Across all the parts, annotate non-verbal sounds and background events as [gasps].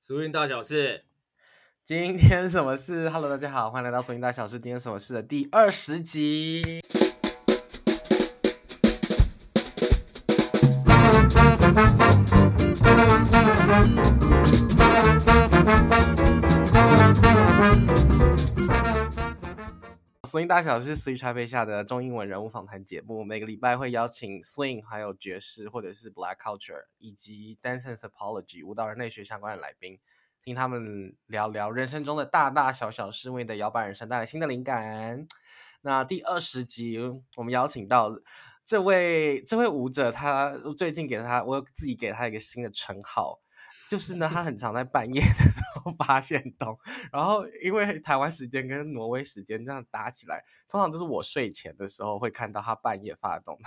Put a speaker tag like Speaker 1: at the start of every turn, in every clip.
Speaker 1: 俗运大小事，
Speaker 2: 今天什么事？Hello，大家好，欢迎来到《索音大小事》今天什么事的第二十集。Swing 大小是 Swing 茶杯下的中英文人物访谈节目，每个礼拜会邀请 Swing 还有爵士或者是 Black Culture 以及 Dance and Anthropology 舞蹈人类学相关的来宾，听他们聊聊人生中的大大小小事，为你的摇摆人生带来新的灵感。那第二十集我们邀请到这位这位舞者他，最近给他我自己给他一个新的称号，就是呢，他很常在半夜 [laughs] 的时候发现洞，然后因为台湾时间跟挪威时间这样打起来，通常都是我睡前的时候会看到他半夜发动，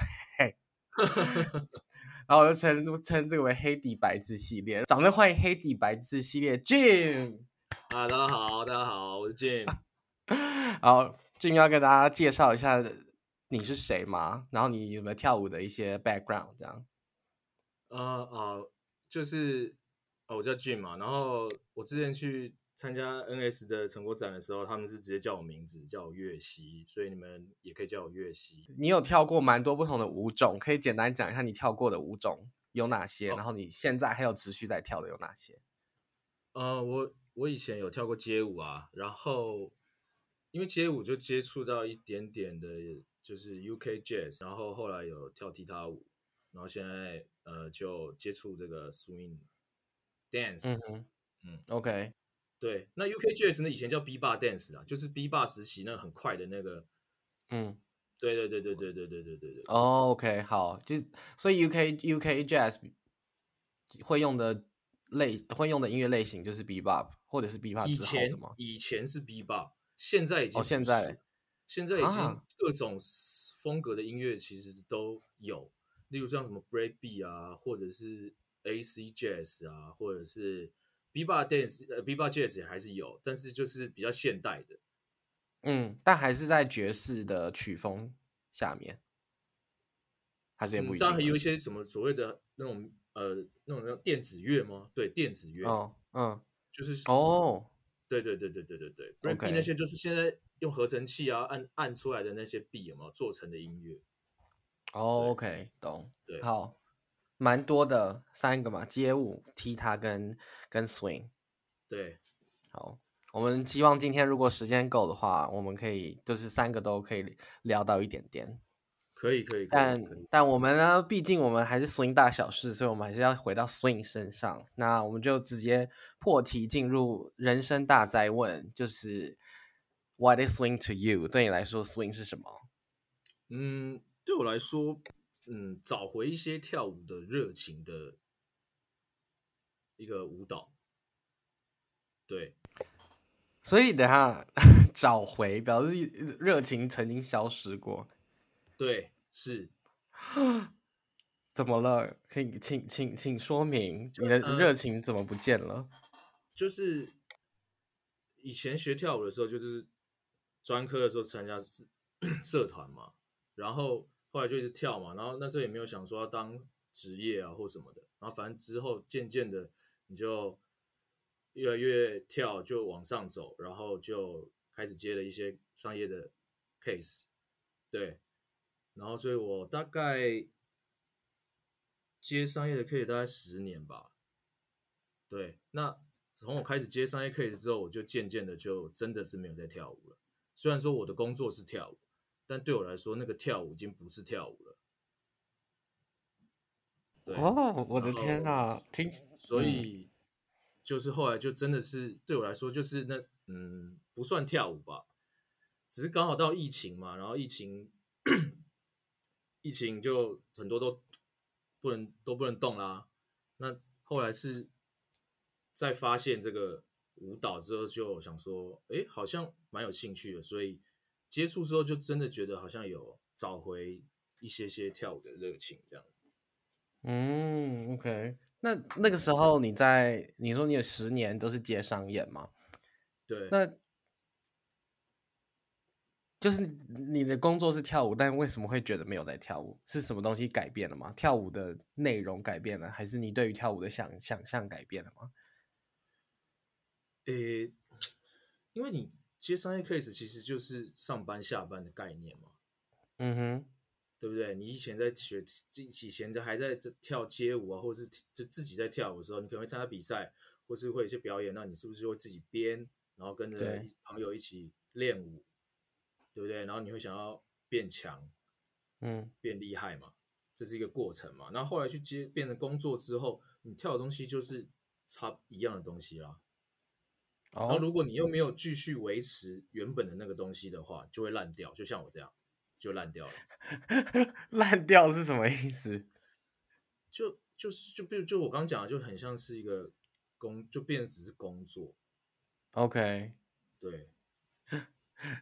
Speaker 2: 然后我就称称这个为黑底白字系列。掌声欢迎黑底白字系列 Jim。
Speaker 1: 啊，大家好，大家好，我是 Jim。
Speaker 2: [laughs] 好，Jim 要跟大家介绍一下你是谁吗？然后你有没有跳舞的一些 background 这样？
Speaker 1: 呃呃，就是呃，我叫 Jim 嘛，然后我之前去参加 NS 的成果展的时候，他们是直接叫我名字，叫我月西，所以你们也可以叫我月西。
Speaker 2: 你有跳过蛮多不同的舞种，可以简单讲一下你跳过的舞种有哪些？
Speaker 1: 哦
Speaker 2: 然后你现在还有持续在跳的有哪些？
Speaker 1: 呃，我我以前有跳过街舞啊，然后因为街舞就接触到一点点的，就是 UK Jazz，然后后来有跳踢踏舞，然后现在呃就接触这个 Swing Dance。
Speaker 2: 哼
Speaker 1: 嗯
Speaker 2: ，OK，
Speaker 1: 对，那 UK Jazz 呢，以前叫 B bar dance 啦，就是 B bar 时期那个很快的那个，
Speaker 2: 嗯。
Speaker 1: 对对对对对对对对对对。
Speaker 2: 哦、o k 好，就所以 UK UK Jazz 会用的类会用的音乐类型就是 Bebop 或者是 Bebop
Speaker 1: 以
Speaker 2: 之后
Speaker 1: 前
Speaker 2: 的吗？
Speaker 1: 以前是 B bar，现在已经
Speaker 2: 哦现
Speaker 1: 不是
Speaker 2: 在
Speaker 1: 现在已经
Speaker 2: 啊
Speaker 1: 各种风格的音乐其实都有，例如像什么 break beat 啊，或者是 AC jazz 啊，或者是 B bar dance，呃 B bar jazz 也还是有，但是就是比较现代的。
Speaker 2: 嗯，但还是在爵士的曲风下面，还是也不
Speaker 1: 嗯，
Speaker 2: 一定
Speaker 1: 当
Speaker 2: 啊。
Speaker 1: 然还有一些什么所谓的那种呃那种那种电子乐吗？对，电子乐，
Speaker 2: 哦，嗯，
Speaker 1: 就是
Speaker 2: 哦，
Speaker 1: 对对对对对对对 b r e a k
Speaker 2: OK
Speaker 1: 那些就是现在用合成器啊按按出来的那些 B 有没有做成的音乐？
Speaker 2: 哦，OK，懂
Speaker 1: 对，
Speaker 2: 好，蛮多的，三个嘛，街舞、踢踏跟跟 swing。
Speaker 1: 对，
Speaker 2: 好，我们希望今天如果时间够的话，我们可以就是三个都可以聊到一点点。
Speaker 1: 可以可以可以。
Speaker 2: 但
Speaker 1: 可以
Speaker 2: 但我们呢，毕竟我们还是 swing 大小事，所以我们还是要回到 swing 身上。那我们就直接破题进入人生大灾问，就是 What is swing to you？对你来说，swing 是什么？
Speaker 1: 嗯，对我来说，嗯，找回一些跳舞的热情的一个舞蹈。对，
Speaker 2: 所以等一下 [laughs] 找回，表示呃热情曾经消失过。
Speaker 1: 对，是
Speaker 2: 怎么了？可以请请请说明你的
Speaker 1: 呃
Speaker 2: 热情怎么不见了？
Speaker 1: 就是以前学跳舞的时候，就是专科的时候参加社 [clears throat] 社团嘛，然后后来就一直跳嘛，然后那时候也没有想说要当职业啊或什么的，然后反正之后渐渐的你就越来越跳，就往上走，然后就开始接了一些商业的 case，对，然后所以我大概接商业的 case 大概十年吧，对，那从我开始接商业 case 之后，我就渐渐的就真的是没有在跳舞了。虽然说我的工作是跳舞，但对我来说，那个跳舞已经不是跳舞了。对，
Speaker 2: 哦，我的
Speaker 1: 然
Speaker 2: 天
Speaker 1: 后
Speaker 2: 呐，听起，
Speaker 1: 所
Speaker 2: 嗯
Speaker 1: 以就是后来就真的是对我来说，就是那嗯不算跳舞吧，只是刚好到疫情嘛，然后疫情疫情就很多都不能都不能动啦。那后来是在发现这个舞蹈之后，就想说，诶，好像蛮有兴趣的，所以接触之后就真的觉得好像有找回一些些跳舞的热情这样子。
Speaker 2: 嗯，OK，那那个时候你在，你说你有十年都是接商演嘛？
Speaker 1: 对，
Speaker 2: 那就是你你的工作是跳舞，但为什么会觉得没有在跳舞？是什么东西改变了吗？跳舞的内容改变了，还是你对于跳舞的想想象改变了吗？
Speaker 1: 诶，因为你接商业 case 其实就是上班下班的概念嘛，
Speaker 2: 嗯哼，
Speaker 1: 对不对？你以前在学，以前在还在这跳街舞啊，或者是就自己在跳舞的时候，你可能会参加比赛，或是会有一些表演，那你是不是就会自己编，然后跟着
Speaker 2: 对
Speaker 1: 朋友一起练舞，对不对？然后你会想要变强，
Speaker 2: 嗯
Speaker 1: 变厉害嘛，这是一个过程嘛。然后后来去接变成工作之后，你跳的东西就是差一样的东西啦。然后
Speaker 2: 哦
Speaker 1: 如果你又没有继续维持原本的那个东西的话，就会烂掉，就像我这样就烂掉了。
Speaker 2: [laughs] 烂掉是什么意思？
Speaker 1: 就就是就比如就我刚讲的，就很像是一个工，就变得只是工作。
Speaker 2: OK，
Speaker 1: 对，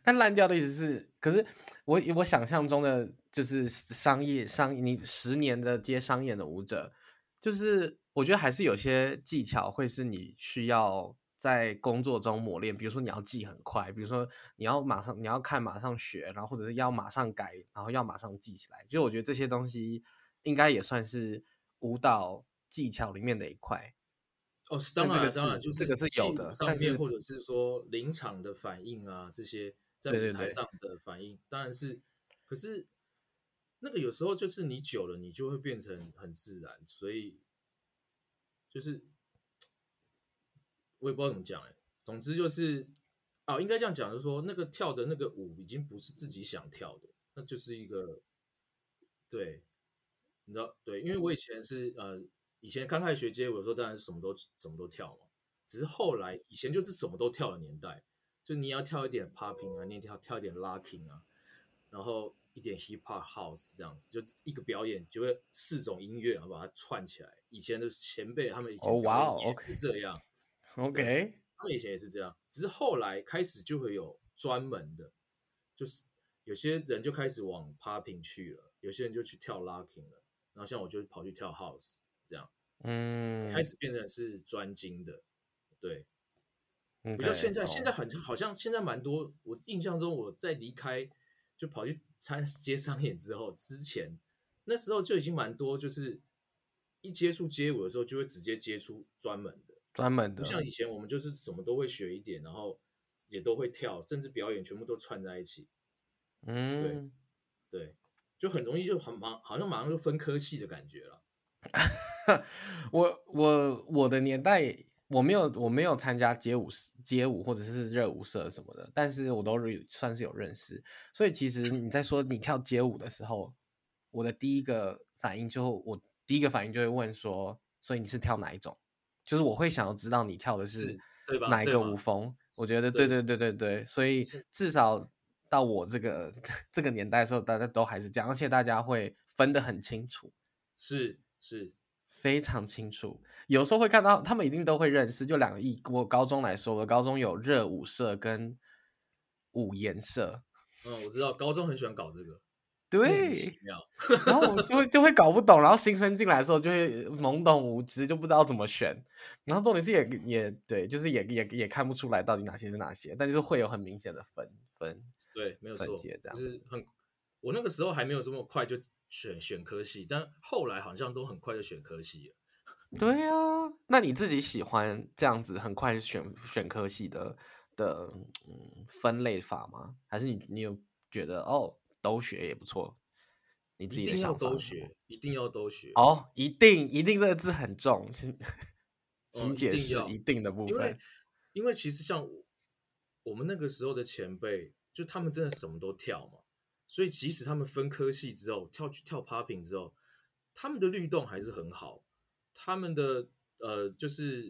Speaker 2: 那烂掉的意思是，可是我我想象中的就是商业商，你十年的接商演的舞者，就是我觉得还是有些技巧会是你需要在工作中磨练，比如说你要记很快，比如说你要马上你要看马上学，然后或者是要马上改，然后要马上记起来。就是我觉得这些东西应该也算是舞蹈技巧里面的一块。
Speaker 1: 哦，是
Speaker 2: 但
Speaker 1: 当
Speaker 2: 这
Speaker 1: 然了
Speaker 2: 个
Speaker 1: 当
Speaker 2: 是
Speaker 1: 然，就
Speaker 2: 这个是有
Speaker 1: 技
Speaker 2: 的
Speaker 1: 术上
Speaker 2: 但是
Speaker 1: 面或者是说临场的反应啊，这些在
Speaker 2: 对对
Speaker 1: 舞台
Speaker 2: 对
Speaker 1: 上的反应，当然是，可是那个有时候就是你久了，你就会变成很自然，所以就是我也不知道怎么讲哎、总之就是啊，应该这样讲，就是说那个跳的那个舞已经不是自己想跳的，那就是一个对，你知道对，因为我
Speaker 2: 嗯
Speaker 1: 以前是呃，以前刚开始学街舞的时候，当然是什么都什么都跳嘛，只是后来以前就是什么都跳的年代，就你要跳一点 popping 啊，你也跳跳一点 locking 啊，然后一点 hip hop house 这样子，就一个表演就会四种音乐啊把它串起来。以前的前辈他们以
Speaker 2: 哦
Speaker 1: 前
Speaker 2: 哇
Speaker 1: 表
Speaker 2: 哦
Speaker 1: 演也
Speaker 2: ，OK
Speaker 1: 是这样，
Speaker 2: OK，
Speaker 1: 他们以前也是这样，只是后来开始就会有专门的，就是有些人就开始往 popping 去了，有些人就去跳 locking 了，然后像我就跑去跳 house 这样，
Speaker 2: 嗯，
Speaker 1: 开始变成是专精的，对。
Speaker 2: 比
Speaker 1: 比较现在，现
Speaker 2: 哦
Speaker 1: 在很好像现在蛮多。我印象中，我在离开就跑去参接商演之后，之前那时候就已经蛮多，就是一接触街舞的时候，就会直接接触专门的，
Speaker 2: 专门
Speaker 1: 不
Speaker 2: 的，
Speaker 1: 像以前我们就是什么都会学一点，然后也都会跳，甚至表演全部都串在一起。
Speaker 2: 嗯，
Speaker 1: 对，就很容易就很忙，好像马上就分科系的感觉了。
Speaker 2: [laughs] 我我我的年代我没有我没有参加街舞社街舞或者是热舞社什么的，但是我都有算是有认识。所以其实你在说你跳街舞的时候，我的第一个反应就我第一个反应就会问说，所以你是跳哪一种？就是我会想要知道你跳的是
Speaker 1: 是对吧
Speaker 2: 哪一
Speaker 1: 对
Speaker 2: 个
Speaker 1: 吧
Speaker 2: 舞风。我觉得对
Speaker 1: 对
Speaker 2: 对对对对，所以至少到我这个 [laughs] 这个年代的时候，大家都还是这样，而且大家会分得很清楚。
Speaker 1: 是是，
Speaker 2: 非常清楚，有时候会看到他们一定都会认识，就两个一。我高中来说，我高中有热舞社跟舞颜社，
Speaker 1: 嗯，我知道，高中很喜欢搞这个，莫名其 [laughs]
Speaker 2: 对，
Speaker 1: 妙。
Speaker 2: 然后我就会就会搞不懂，然后新生进来的时候就会懵懂无知，就不知道怎么选。然后重点是也也对，就是也也也看不出来到底哪些是哪些，但就是会有很明显的分分。
Speaker 1: 对，没有
Speaker 2: 分
Speaker 1: 错，
Speaker 2: 界这样
Speaker 1: 就是很。我那个时候还没有这么快就选选科系，但后来好像都很快就选科系了。
Speaker 2: 对啊，那你自己喜欢这样子很快选选科系的的嗯分类法吗？还是你你有觉得哦都学也不错？你自
Speaker 1: 一
Speaker 2: 己的
Speaker 1: 定要
Speaker 2: 想法
Speaker 1: 都
Speaker 2: 是什么
Speaker 1: 学，一定要都学，
Speaker 2: 哦，一定一定这个字很重，请
Speaker 1: 哦
Speaker 2: 请
Speaker 1: 一
Speaker 2: 解
Speaker 1: 定
Speaker 2: 释
Speaker 1: 要
Speaker 2: 一定的部
Speaker 1: 因为
Speaker 2: 分。
Speaker 1: 因为其实像我我们那个时候的前辈，就他们真的什么都跳嘛，所以即使他们分科系之后跳去跳 popping 之后，他们的律动还是很好，他们的呃就是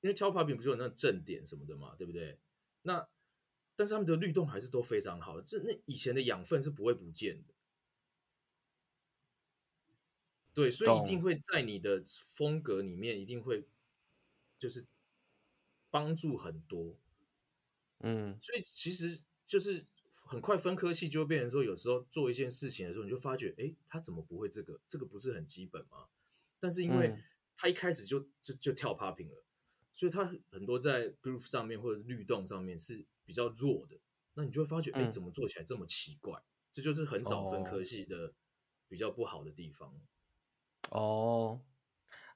Speaker 1: 因为跳 popping 不是有那正点什么的嘛，对不对？那但是他们的律动还是都非常好的，这那以前的养分是不会不见的。对，所以一定
Speaker 2: 懂
Speaker 1: 会在你的风格里面，一定会就是帮助很多。
Speaker 2: 嗯，
Speaker 1: 所以其实就是很快分科系就会变成说，有时候做一件事情的时候，你就发觉，诶，他怎么不会这个？这个不是很基本吗？但是因为
Speaker 2: 嗯
Speaker 1: 他一开始就就就跳 popping 了，所以他很多在 groove 上面或者律动上面是比较弱的，那你就会发觉，诶，
Speaker 2: 嗯哦
Speaker 1: 怎么做起来这么奇怪？这就是很早分科系的比较不好的地方。
Speaker 2: 哦，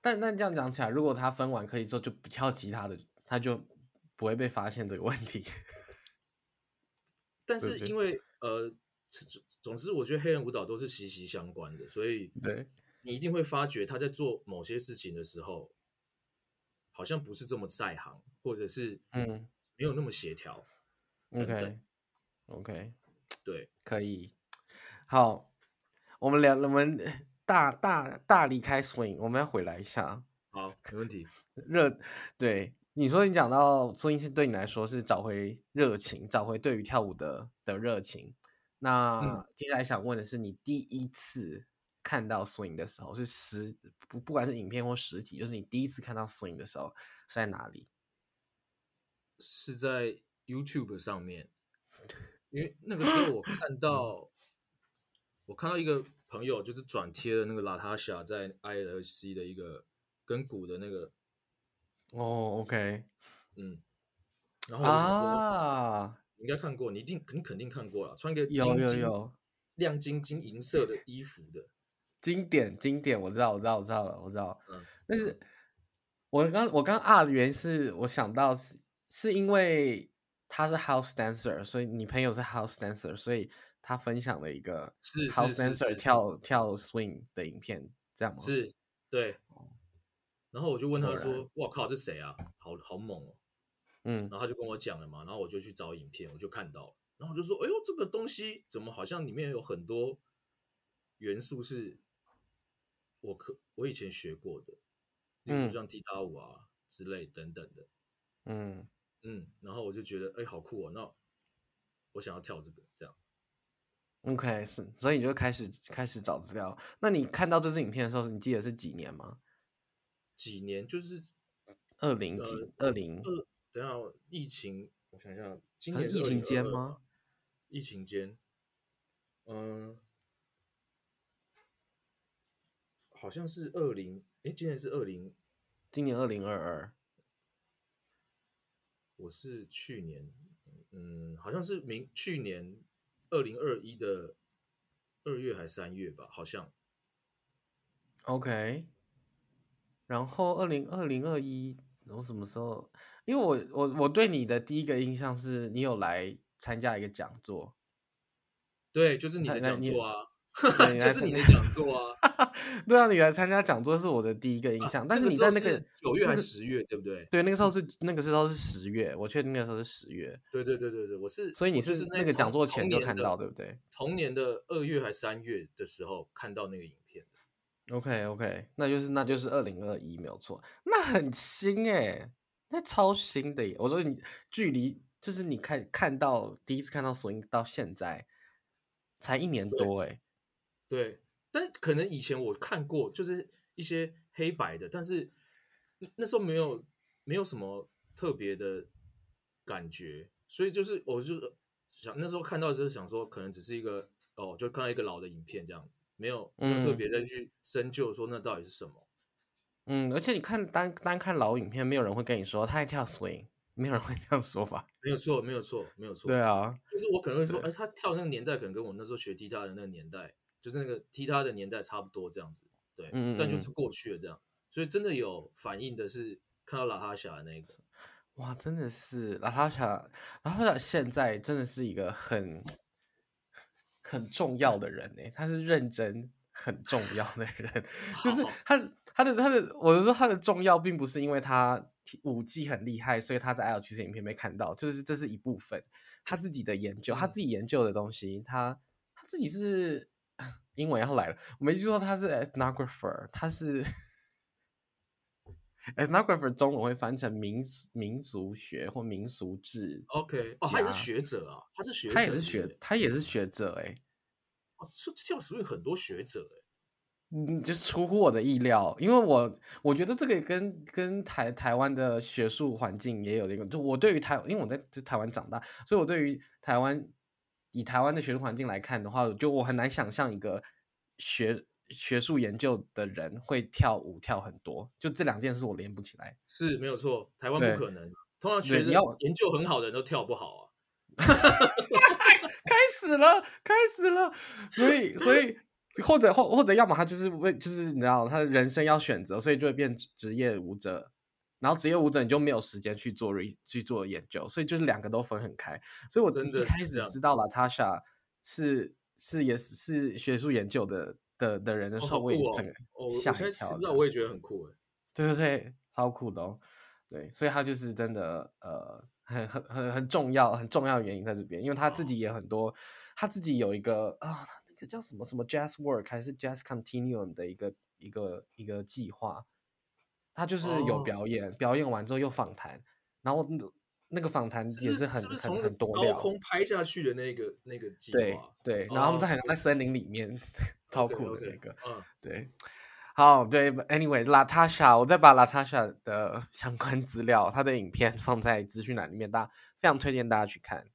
Speaker 2: 但但这样讲起来，如果他分完科系之后就不跳其他的，他就不会被发现这个问题。 [laughs]
Speaker 1: 但
Speaker 2: 对
Speaker 1: 是
Speaker 2: 对
Speaker 1: 因为呃，总总之我觉得黑人舞蹈都是息息相关的，所以
Speaker 2: 对，
Speaker 1: 你一定会发觉他在做某些事情的时候，好像不是这么在行，或者是
Speaker 2: 嗯
Speaker 1: 没有那么协调。等
Speaker 2: ，OK
Speaker 1: 等
Speaker 2: OK，
Speaker 1: 对，
Speaker 2: 可以。好，我们聊，我们大大大离开 swing，我们要回来一下
Speaker 1: 好，没问题。
Speaker 2: 热。对，你说你讲到 swing 是对你来说是找回热情，找回对于跳舞的的热情。那接下来想问的是，你第一次看到 swing 的时候是实不不管是影片或实体，就是你第一次看到 swing 的时候是在哪里？
Speaker 1: 是在 YouTube 上面，因为那个时候我看到，我看到一个朋友就是转贴了那个拉塔夏在 ILC 的一个跟鼓的那个，
Speaker 2: 哦，OK，
Speaker 1: 嗯，然后我就想说，
Speaker 2: 啊，
Speaker 1: 你应该看过，你一定你肯定看过了，穿一个金
Speaker 2: 有有
Speaker 1: 金
Speaker 2: 有，
Speaker 1: 亮晶晶银色的衣服的，
Speaker 2: 经典经典，我知道我知道我知道了，我知道。
Speaker 1: 嗯
Speaker 2: 但是我刚我刚啊的原因是我想到是是因为他是 house dancer，所以你朋友是 house dancer，所以他分享了一个
Speaker 1: 是是
Speaker 2: house
Speaker 1: 是
Speaker 2: dancer
Speaker 1: 是
Speaker 2: 跳跳 swing 的影片，这样吗？哦
Speaker 1: 是，对。然后我就问他
Speaker 2: 果
Speaker 1: 说：“我靠，这谁啊？好好猛哦！”
Speaker 2: 嗯，
Speaker 1: 然后他就跟我讲了嘛，然后我就去找影片，我就看到了，然后我就说，哎呦，这个东西怎么好像里面有很多元素是我可我以前学过的，例
Speaker 2: 嗯
Speaker 1: 如像踢踏舞啊之类等等的，
Speaker 2: 嗯，
Speaker 1: 嗯，然后我就觉得，哎，好酷哦，那我想要跳这个，这样，
Speaker 2: 嗯 OK，是，所以你就开始开始找资料。那你看到这支影片的时候，你记得是几年吗？
Speaker 1: 几年就是
Speaker 2: 二
Speaker 1: 呃
Speaker 2: 零几？二零
Speaker 1: 二，等一下哦疫情，我想一下，今
Speaker 2: 还
Speaker 1: 年
Speaker 2: 是疫情间
Speaker 1: 2022
Speaker 2: 吗
Speaker 1: 吧？疫情间，嗯、好像是二零，诶，今年是二零，
Speaker 2: 今年二零二二。
Speaker 1: 我是去年，嗯，好像是明去年二零二一的二月还三月吧，好像
Speaker 2: OK，然后二零二零二一，我什么时候？因为我我我对你的第一个印象是你有来参加一个讲座， [laughs]
Speaker 1: 对，就是你
Speaker 2: 才
Speaker 1: 的
Speaker 2: 来
Speaker 1: 讲
Speaker 2: 你
Speaker 1: 座啊，
Speaker 2: 对
Speaker 1: [laughs]
Speaker 2: 你
Speaker 1: 就
Speaker 2: 来
Speaker 1: 是
Speaker 2: 参
Speaker 1: 你的
Speaker 2: 加
Speaker 1: 讲座啊，
Speaker 2: 对啊，你来参加讲座是我的第一个印象， [laughs] 但是你在那个
Speaker 1: 九月
Speaker 2: 那
Speaker 1: 还
Speaker 2: 个
Speaker 1: 十月，对不对？
Speaker 2: 对那个时候是那个时候是十月，我确定那个时候是十月，
Speaker 1: 对对对对对，我是，
Speaker 2: 所以你
Speaker 1: 我就是那
Speaker 2: 那个讲
Speaker 1: 同
Speaker 2: 座前
Speaker 1: 同
Speaker 2: 就
Speaker 1: 年
Speaker 2: 看
Speaker 1: 的
Speaker 2: 到对不对
Speaker 1: 同年的二月还三月的时候看到那个影片的，
Speaker 2: ？OK OK，那就是那就是二零二一没有错，那很新诶、那超新的耶！我说你距离就是你看看到第一次看到索音到现在才一年
Speaker 1: 对
Speaker 2: 多诶、欸
Speaker 1: 对，但可能以前我看过，就是一些黑白的，但是那那时候没有没有什么特别的感觉，所以就是我就想那时候看到就是想说，可能只是一个哦，就看到一个老的影片这样子，没有没有特
Speaker 2: 嗯
Speaker 1: 别再去深究说那到底是什么。
Speaker 2: 嗯，而且你看单单看老影片，没有人会跟你说他在跳 swing，没有人会这样说吧？
Speaker 1: 没有错，没有错，没有错。
Speaker 2: 对啊，
Speaker 1: 就是我可能会说，
Speaker 2: 对
Speaker 1: 哎，他跳那个年代可能跟我那时候学踢踏的那个年代，就是那个踢踏的年代差不多这样子，对，
Speaker 2: 嗯嗯
Speaker 1: 但就
Speaker 2: 嗯
Speaker 1: 是过去了这样，所以真的有反应的是看到拉哈夏的那个，
Speaker 2: 哇，真的是拉塔夏，拉塔夏现在真的是一个很很重要的人呢、欸他是认真很重要的人，就是
Speaker 1: 好
Speaker 2: 他他的他的，我是说他的重要，并不是因为他舞技很厉害，所以他在 L 曲线影片被看到，就是这是一部分他自己的研究，他
Speaker 1: 嗯
Speaker 2: 自己研究的东西，他他自己是英文要来了，我没记错，他是 ethnographer，他是 [laughs] ethnographer 中文会翻成民俗民族学或民俗志。
Speaker 1: OK，哦，他也
Speaker 2: 假
Speaker 1: 是学者啊，他是学者，
Speaker 2: 他也是
Speaker 1: 对不
Speaker 2: 学
Speaker 1: 对，
Speaker 2: 他也是学者哎、
Speaker 1: 哦，这这跳水有很多学者哎，
Speaker 2: 嗯，就是出乎我的意料，因为我我觉得这个跟跟台台湾的学术环境也有一个，就我对于台，因为我在就台湾长大，所以我对于台湾以台湾的学术环境来看的话，就我很难想象一个学学术研究的人会跳舞跳很多，就这两件事我连不起来。
Speaker 1: 是没有错，台湾不
Speaker 2: 对
Speaker 1: 可能，啊通常
Speaker 2: 对
Speaker 1: 学
Speaker 2: 你
Speaker 1: 者
Speaker 2: 要
Speaker 1: 研究很好的人都跳不好啊，
Speaker 2: 开始了，开始了，所以所以。或者或或者，要么他就是为就是你知道，他人生要选择，所以就会变职业舞者，然后职业舞者你就没有时间去做 re 去做研究，所以就是两个都分很开。所以我
Speaker 1: 真
Speaker 2: 一
Speaker 1: 的是
Speaker 2: 开
Speaker 1: 这
Speaker 2: 始
Speaker 1: 样
Speaker 2: 知道 Latasha 是是也是是学术研究的的的人的
Speaker 1: 哦，
Speaker 2: 时
Speaker 1: 好
Speaker 2: 候，
Speaker 1: 酷
Speaker 2: 我也
Speaker 1: 哦
Speaker 2: 整个！
Speaker 1: 哦，我
Speaker 2: 吓
Speaker 1: 现在
Speaker 2: 一跳
Speaker 1: 知
Speaker 2: 的
Speaker 1: 道，我也觉得很酷哎。
Speaker 2: 对对对，超酷的哦。对，所以他就是真的呃，很很很很重要，很重要的原因在这边，因为他
Speaker 1: 哦
Speaker 2: 自己也很多，他自己有一个啊，他那个叫什么什么 Jazz Work 还是 Jazz Continuum 的一个一个一个计划，他就是有
Speaker 1: 哦
Speaker 2: 表演，表演完之后又访谈，然后那那个访谈
Speaker 1: 是
Speaker 2: 也
Speaker 1: 不是
Speaker 2: 很
Speaker 1: 是不是从
Speaker 2: 很
Speaker 1: 那个
Speaker 2: 很多
Speaker 1: 高
Speaker 2: 料，
Speaker 1: 空拍下去的那个那个计
Speaker 2: 对
Speaker 1: 划？
Speaker 2: 对，然后他们
Speaker 1: 哦
Speaker 2: 在很在森林里面， [laughs] 超酷的
Speaker 1: OK，OK，
Speaker 2: 那个，
Speaker 1: 嗯，
Speaker 2: 对，好，对，anyway，Latasha，我再把 Latasha 的 [laughs] 相关资料、她的影片放在资讯栏里面，大家非常推荐大家去看，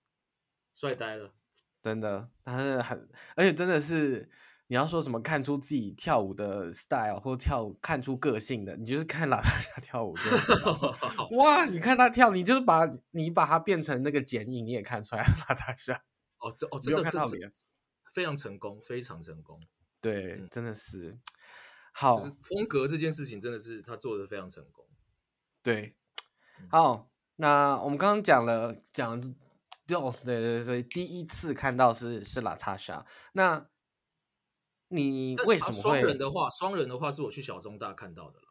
Speaker 1: 帅呆了。
Speaker 2: 真的，她是很，而且真的是你要说什么看出自己跳舞的 style 或跳舞看出个性的，你就是看 [laughs] Latasha 跳舞就能知道说
Speaker 1: [laughs]
Speaker 2: 哇，你看她跳，你就是把你把她变成那个剪影，你也看出来 [laughs] Latasha，
Speaker 1: 哦，这哦，
Speaker 2: 你
Speaker 1: 这
Speaker 2: 有
Speaker 1: 个
Speaker 2: 看
Speaker 1: 这
Speaker 2: 到
Speaker 1: 这
Speaker 2: 脸
Speaker 1: 非常成功，非常成功。
Speaker 2: 对
Speaker 1: 嗯，
Speaker 2: 真的是好，
Speaker 1: 就是风格这件事情，真的是他做的非常成功。
Speaker 2: 对
Speaker 1: 嗯，
Speaker 2: 好，那我们刚刚讲了讲，哦，对对对，第一次看到是是拉塔莎，那你
Speaker 1: 但是
Speaker 2: 为
Speaker 1: 他
Speaker 2: 什么
Speaker 1: 双
Speaker 2: 会？
Speaker 1: 人的话，双人的话是我去小中大看到的了。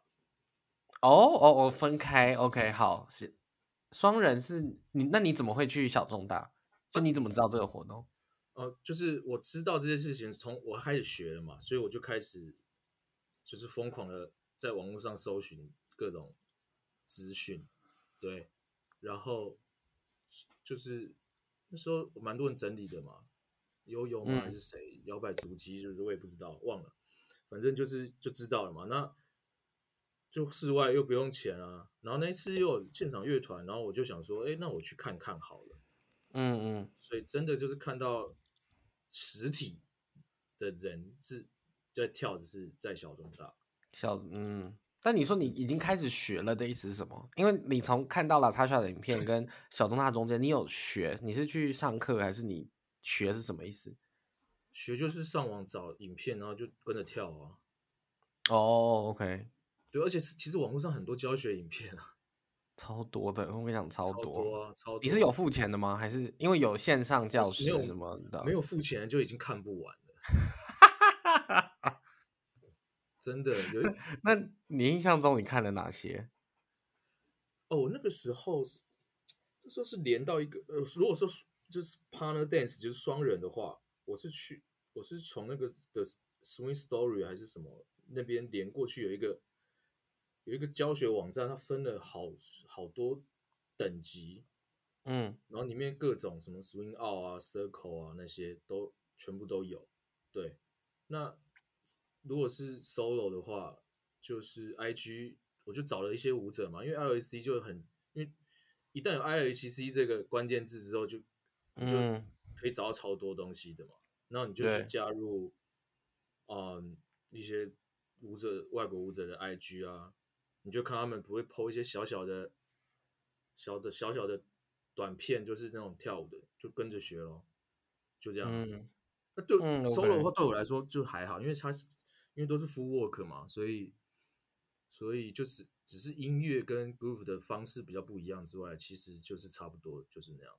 Speaker 2: 哦哦哦，分开，OK，好，是双人是你，那你怎么会去小众大？就你怎么知道这个活动？
Speaker 1: 呃，就是我知道这些事情，从我开始学了嘛，所以我就开始就是疯狂的在网络上搜寻各种资讯，对，然后就是那时候蛮多人整理的嘛，悠悠吗？还
Speaker 2: 嗯
Speaker 1: 是谁？摇摆足迹是不是？我也不知道，忘了，反正就是就知道了嘛。那就室外又不用钱啊，然后那一次又有现场乐团，然后我就想说，哎，那我去看看好了。
Speaker 2: 嗯嗯，
Speaker 1: 所以真的就是看到实体的人是在跳的是在小中大，
Speaker 2: 小嗯。但你说你已经开始学了的意思是什么？因为你从看到了塔莎的影片跟小众大中间，你有学，你是去上课还是你学是什么意思？
Speaker 1: 学就是上网找影片，然后就跟着跳啊。
Speaker 2: 哦，OK、o k
Speaker 1: 对，而且是其实网络上很多教学影片啊，
Speaker 2: 超多的，我跟你讲超
Speaker 1: 超啊，超多。
Speaker 2: 你是有付钱的吗？还是因为有线上教
Speaker 1: 没有
Speaker 2: 室什么的？
Speaker 1: 没有付钱就已经看不完了，
Speaker 2: [laughs]
Speaker 1: 真的有一
Speaker 2: 那你印象中你看了哪些？
Speaker 1: 哦，我那个时候是那时候是连到一个呃，如果说是就是 partner dance 就是双人的话，我是去我是从那个的 Swing Story 还是什么那边连过去有一个有一个教学网站，它分了好好多等级，
Speaker 2: 嗯，
Speaker 1: 然后里面各种什么 swing out 啊、circle 啊那些都全部都有。对，那如果是 solo 的话，就是 IG 我就找了一些舞者嘛，因为 ILC 就很，因为一旦有 ILC 这个关键字之后就，就
Speaker 2: 嗯
Speaker 1: 可以找到超多东西的嘛。然后你就是
Speaker 2: 对
Speaker 1: 加入，嗯，一些舞者外国舞者的 IG 啊，你就看他们不会 PO 一些小小的、小的、小小的短片，就是那种跳舞的，就跟着学咯，就这样。
Speaker 2: 嗯，
Speaker 1: 那对
Speaker 2: 嗯，OK
Speaker 1: solo 的话，对我来说就还好，因为它是因为都是 full work 嘛，所以所以就是只是音乐跟 groove 的方式比较不一样之外，其实就是差不多就是那样。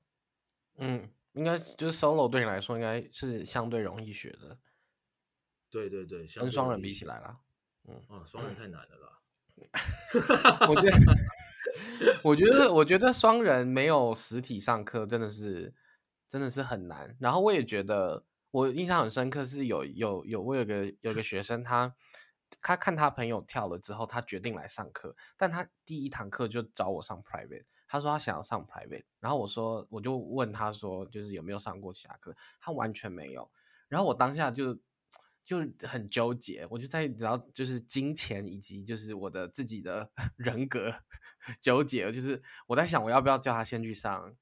Speaker 2: 嗯，应该是就是 solo 对你来说应该是相对容易学的，
Speaker 1: 对对对，相
Speaker 2: 跟
Speaker 1: 对
Speaker 2: 双
Speaker 1: 容
Speaker 2: 人
Speaker 1: 易
Speaker 2: 比
Speaker 1: 些
Speaker 2: 起来啦。
Speaker 1: 啊，双
Speaker 2: 嗯
Speaker 1: 人太难了啦。
Speaker 2: 我觉得，我觉得，我觉得双人没有实体上课真的是，真的是很难。然后我也觉得，我印象很深刻是有有有，我有个有个学生他，他看他朋友跳了之后，他决定来上课，但他第一堂课就找我上 private，他说他想要上 private，然后我说我就问他说就是有没有上过其他课，他完全没有。然后我当下就就很纠结，我就在然后就是金钱以及就是我的自己的 [laughs] 人格纠结，就是我在想我要不要叫他先去上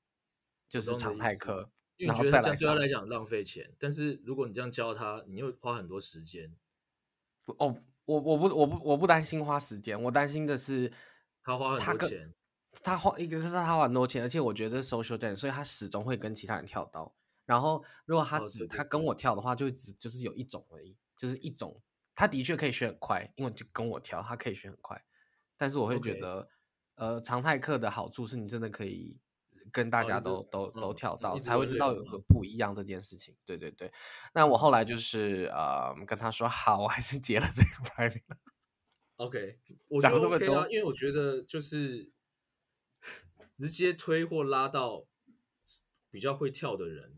Speaker 2: 就
Speaker 1: 懂
Speaker 2: 是
Speaker 1: 你
Speaker 2: 常
Speaker 1: 意
Speaker 2: 态
Speaker 1: 思
Speaker 2: 课，
Speaker 1: 因为
Speaker 2: 然后
Speaker 1: 你觉
Speaker 2: 再
Speaker 1: 得这样对他
Speaker 2: 来上
Speaker 1: 来讲浪费钱，但是如果你这样教他，你又花很多时间，
Speaker 2: 不哦，我我不我不我不担心花时间，我担心的是
Speaker 1: 他花很
Speaker 2: 他
Speaker 1: 多
Speaker 2: 跟
Speaker 1: 钱。
Speaker 2: 他花一个是他花很多钱，而且我觉得这是 social dance，所以他始终会跟其他人跳到。然后如果他
Speaker 1: 哦
Speaker 2: 只、
Speaker 1: 对对
Speaker 2: 他跟我跳的话，就只就是有一种而已，就是一种。他的确可以学很快，因为就跟我跳，他可以学很快，但是我会觉
Speaker 1: OK
Speaker 2: 得呃常态课的好处是你真的可以跟大
Speaker 1: 哦
Speaker 2: 家
Speaker 1: 就是
Speaker 2: 都、都都
Speaker 1: 嗯
Speaker 2: 跳
Speaker 1: 就是
Speaker 2: 到，
Speaker 1: 一直
Speaker 2: 才会
Speaker 1: 轮
Speaker 2: 知
Speaker 1: 流
Speaker 2: 道有
Speaker 1: 嘛嗯
Speaker 2: 个不一样这件事情。对对对，那我后来就是呃跟他说好，我还是结了这个 [laughs] private。
Speaker 1: OK，我觉
Speaker 2: 讲
Speaker 1: 得
Speaker 2: 这么
Speaker 1: OK 啊
Speaker 2: 多，
Speaker 1: 因为我觉得
Speaker 2: [laughs]
Speaker 1: 就是直接推或拉到比较会跳的人，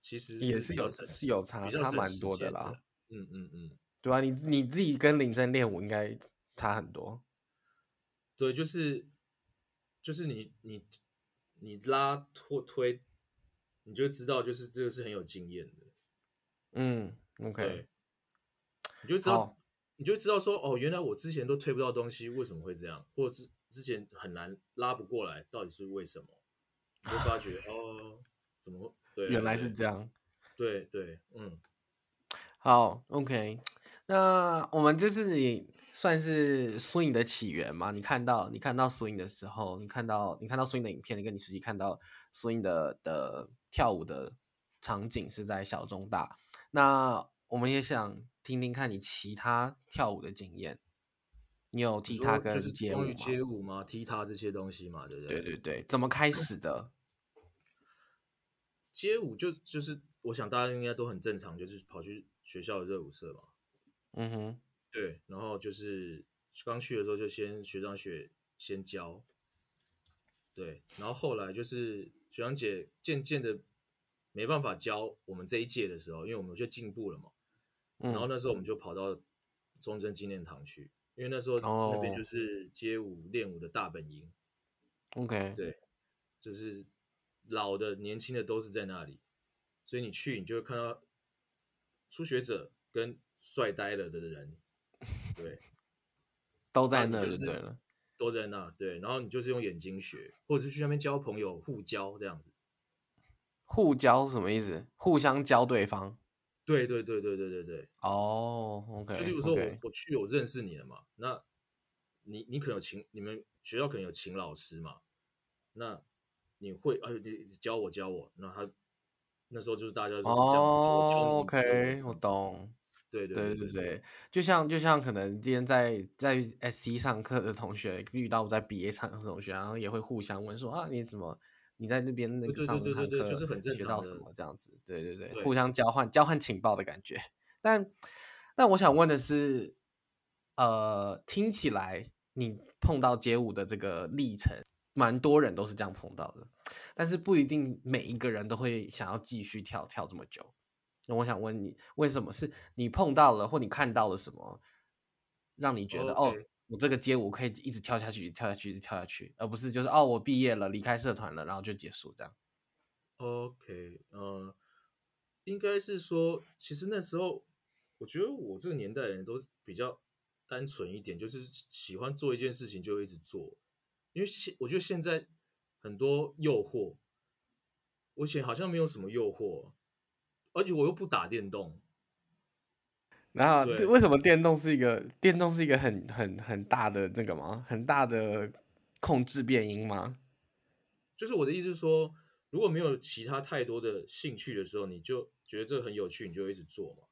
Speaker 1: 其实
Speaker 2: 也
Speaker 1: 是
Speaker 2: 是
Speaker 1: 比较
Speaker 2: 有
Speaker 1: 省
Speaker 2: 是
Speaker 1: 时
Speaker 2: 有差
Speaker 1: 比较
Speaker 2: 差
Speaker 1: 省
Speaker 2: 蛮
Speaker 1: 时
Speaker 2: 多的
Speaker 1: 间
Speaker 2: 啦。
Speaker 1: 嗯嗯嗯，
Speaker 2: 对啊，你你自己跟林真练舞应该差很多。
Speaker 1: 对，就是就是你你你拉或推，你就知道就是这个是很有经验的，
Speaker 2: 嗯，OK，
Speaker 1: 对，你就知道
Speaker 2: 好
Speaker 1: 你就知道说哦，原来我之前都推不到东西，为什么会这样，或者之之前很难拉不过来，到底是为什么？你就发觉哦，怎么会？对啊，
Speaker 2: 原来
Speaker 1: 对
Speaker 2: 是这样。
Speaker 1: 对对，嗯，
Speaker 2: 好，OK，那我们这是你算是 swing 的起源嘛？你看到你看到 swing 的时候，你看到你看到 swing 的影片，你跟你实际看到 swing 的的跳舞的场景是在小中大。那我们也想听听看你其他跳舞的经验，你有
Speaker 1: 你
Speaker 2: 踢踏
Speaker 1: 说就
Speaker 2: 跟
Speaker 1: 是
Speaker 2: 街舞
Speaker 1: 关于
Speaker 2: 吗？
Speaker 1: 街舞嗯嘛、踢踏这些东西嘛，对不
Speaker 2: 对对对，怎么开始的？
Speaker 1: 街舞就就是我想大家应该都很正常，就是跑去学校的热舞社嘛，
Speaker 2: 嗯哼，
Speaker 1: 对，然后就是刚去的时候就先学长学先教，对，然后后来就是学长姐渐渐的没办法教我们这一届的时候，因为我们就进步了嘛，
Speaker 2: 嗯，
Speaker 1: 然后那时候我们就跑到忠贞纪念堂去，因为那时候那边
Speaker 2: 哦
Speaker 1: 就是街舞练舞的大本营，
Speaker 2: OK，
Speaker 1: 对就是老的、年轻的都是在那里，所以你去你就会看到初学者跟帅呆了的人，对，
Speaker 2: 都
Speaker 1: 那
Speaker 2: 在
Speaker 1: 你
Speaker 2: 那
Speaker 1: 就
Speaker 2: 就是对了。
Speaker 1: 都在那，对，然后你就是用眼睛学，或者是去那边交朋友、互交这样子，
Speaker 2: 互教是什么意思？互相教对方。
Speaker 1: 对对对对对对对，
Speaker 2: 哦，OK，
Speaker 1: 就例如说我
Speaker 2: OK
Speaker 1: 我去我认识你了嘛，那你你可能有请你们学校可能有请老师嘛，那你会啊你你教我教我，那他那时候就是大家就是这样，我教你
Speaker 2: 哦
Speaker 1: 你教我
Speaker 2: ，OK，
Speaker 1: 这
Speaker 2: 我
Speaker 1: 样
Speaker 2: 懂。
Speaker 1: 对对
Speaker 2: 对
Speaker 1: 对
Speaker 2: 对对，就像就像可能今天在在 ST 上课的同学遇到在 BA 上课的同学，然后也会互相问说啊，你怎么你在那边那
Speaker 1: 对
Speaker 2: 个
Speaker 1: 对
Speaker 2: 上
Speaker 1: 对对
Speaker 2: 堂
Speaker 1: 对
Speaker 2: 课
Speaker 1: 就是很正
Speaker 2: 学到
Speaker 1: 常
Speaker 2: 什
Speaker 1: 的
Speaker 2: 么这样子？对对对，
Speaker 1: 对
Speaker 2: 互相交换交换情报的感觉。但但我想问的是，呃，听起来你碰到街舞的这个历程，蛮多人都是这样碰到的，但是不一定每一个人都会想要继续跳跳这么久。那我想问你，为什么是你碰到了或你看到了什么，让你觉得哦
Speaker 1: OK
Speaker 2: 我这个街舞可以一直跳下去，跳下去，一直跳下去，而不是就是哦，我毕业了，离开社团了，然后就结束这样。
Speaker 1: OK，呃，应该是说，其实那时候我觉得我这个年代的人都比较单纯一点，就是喜欢做一件事情就一直做，因为现我觉得现在很多诱惑，我以前好像没有什么诱惑，而且我又不打电动，
Speaker 2: 然后
Speaker 1: 对
Speaker 2: 为什么电动是一个电动是一个很很很大的那个吗？很大的控制变音吗？
Speaker 1: 就是我的意思是说，如果没有其他太多的兴趣的时候，你就觉得这很有趣，你就一直做嘛。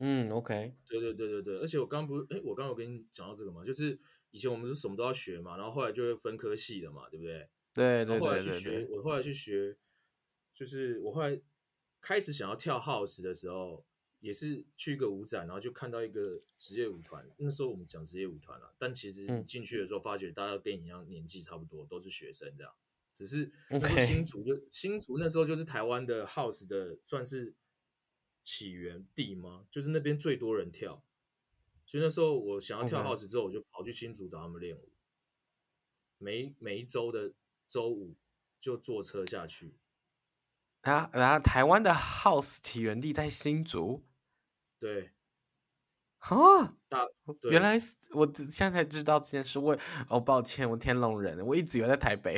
Speaker 2: 嗯，OK，
Speaker 1: 对对对对对，而且我刚不是，哎，我刚有跟你讲到这个嘛，就是以前我们是什么都要学嘛，然后后来就会分科系的嘛，对不对？
Speaker 2: 对
Speaker 1: 然后
Speaker 2: 对
Speaker 1: 后来
Speaker 2: 对
Speaker 1: 去
Speaker 2: 对
Speaker 1: 学，
Speaker 2: 对，
Speaker 1: 我后来去学，就是我后来开始想要跳 house 的时候，也是去一个舞展，然后就看到一个职业舞团，那时候我们讲职业舞团啊了，但其实
Speaker 2: 嗯
Speaker 1: 进去的时候发觉大家跟你一样年纪差不多，都是学生这样，只是那
Speaker 2: [laughs] OK
Speaker 1: 时候新竹就新竹那时候就是台湾的 house 的算是起源地吗？就是那边最多人跳，所以那时候我想要跳
Speaker 2: OK
Speaker 1: house 之后，我就跑去新竹找他们练舞。每每一周的周五就坐车下去，
Speaker 2: 然后然后台湾的 House 起源地在新竹
Speaker 1: 对，
Speaker 2: 啊，
Speaker 1: 大对
Speaker 2: 原来是我只现在才知道这件事。我哦，抱歉，我天龙人，我一直以为在台北。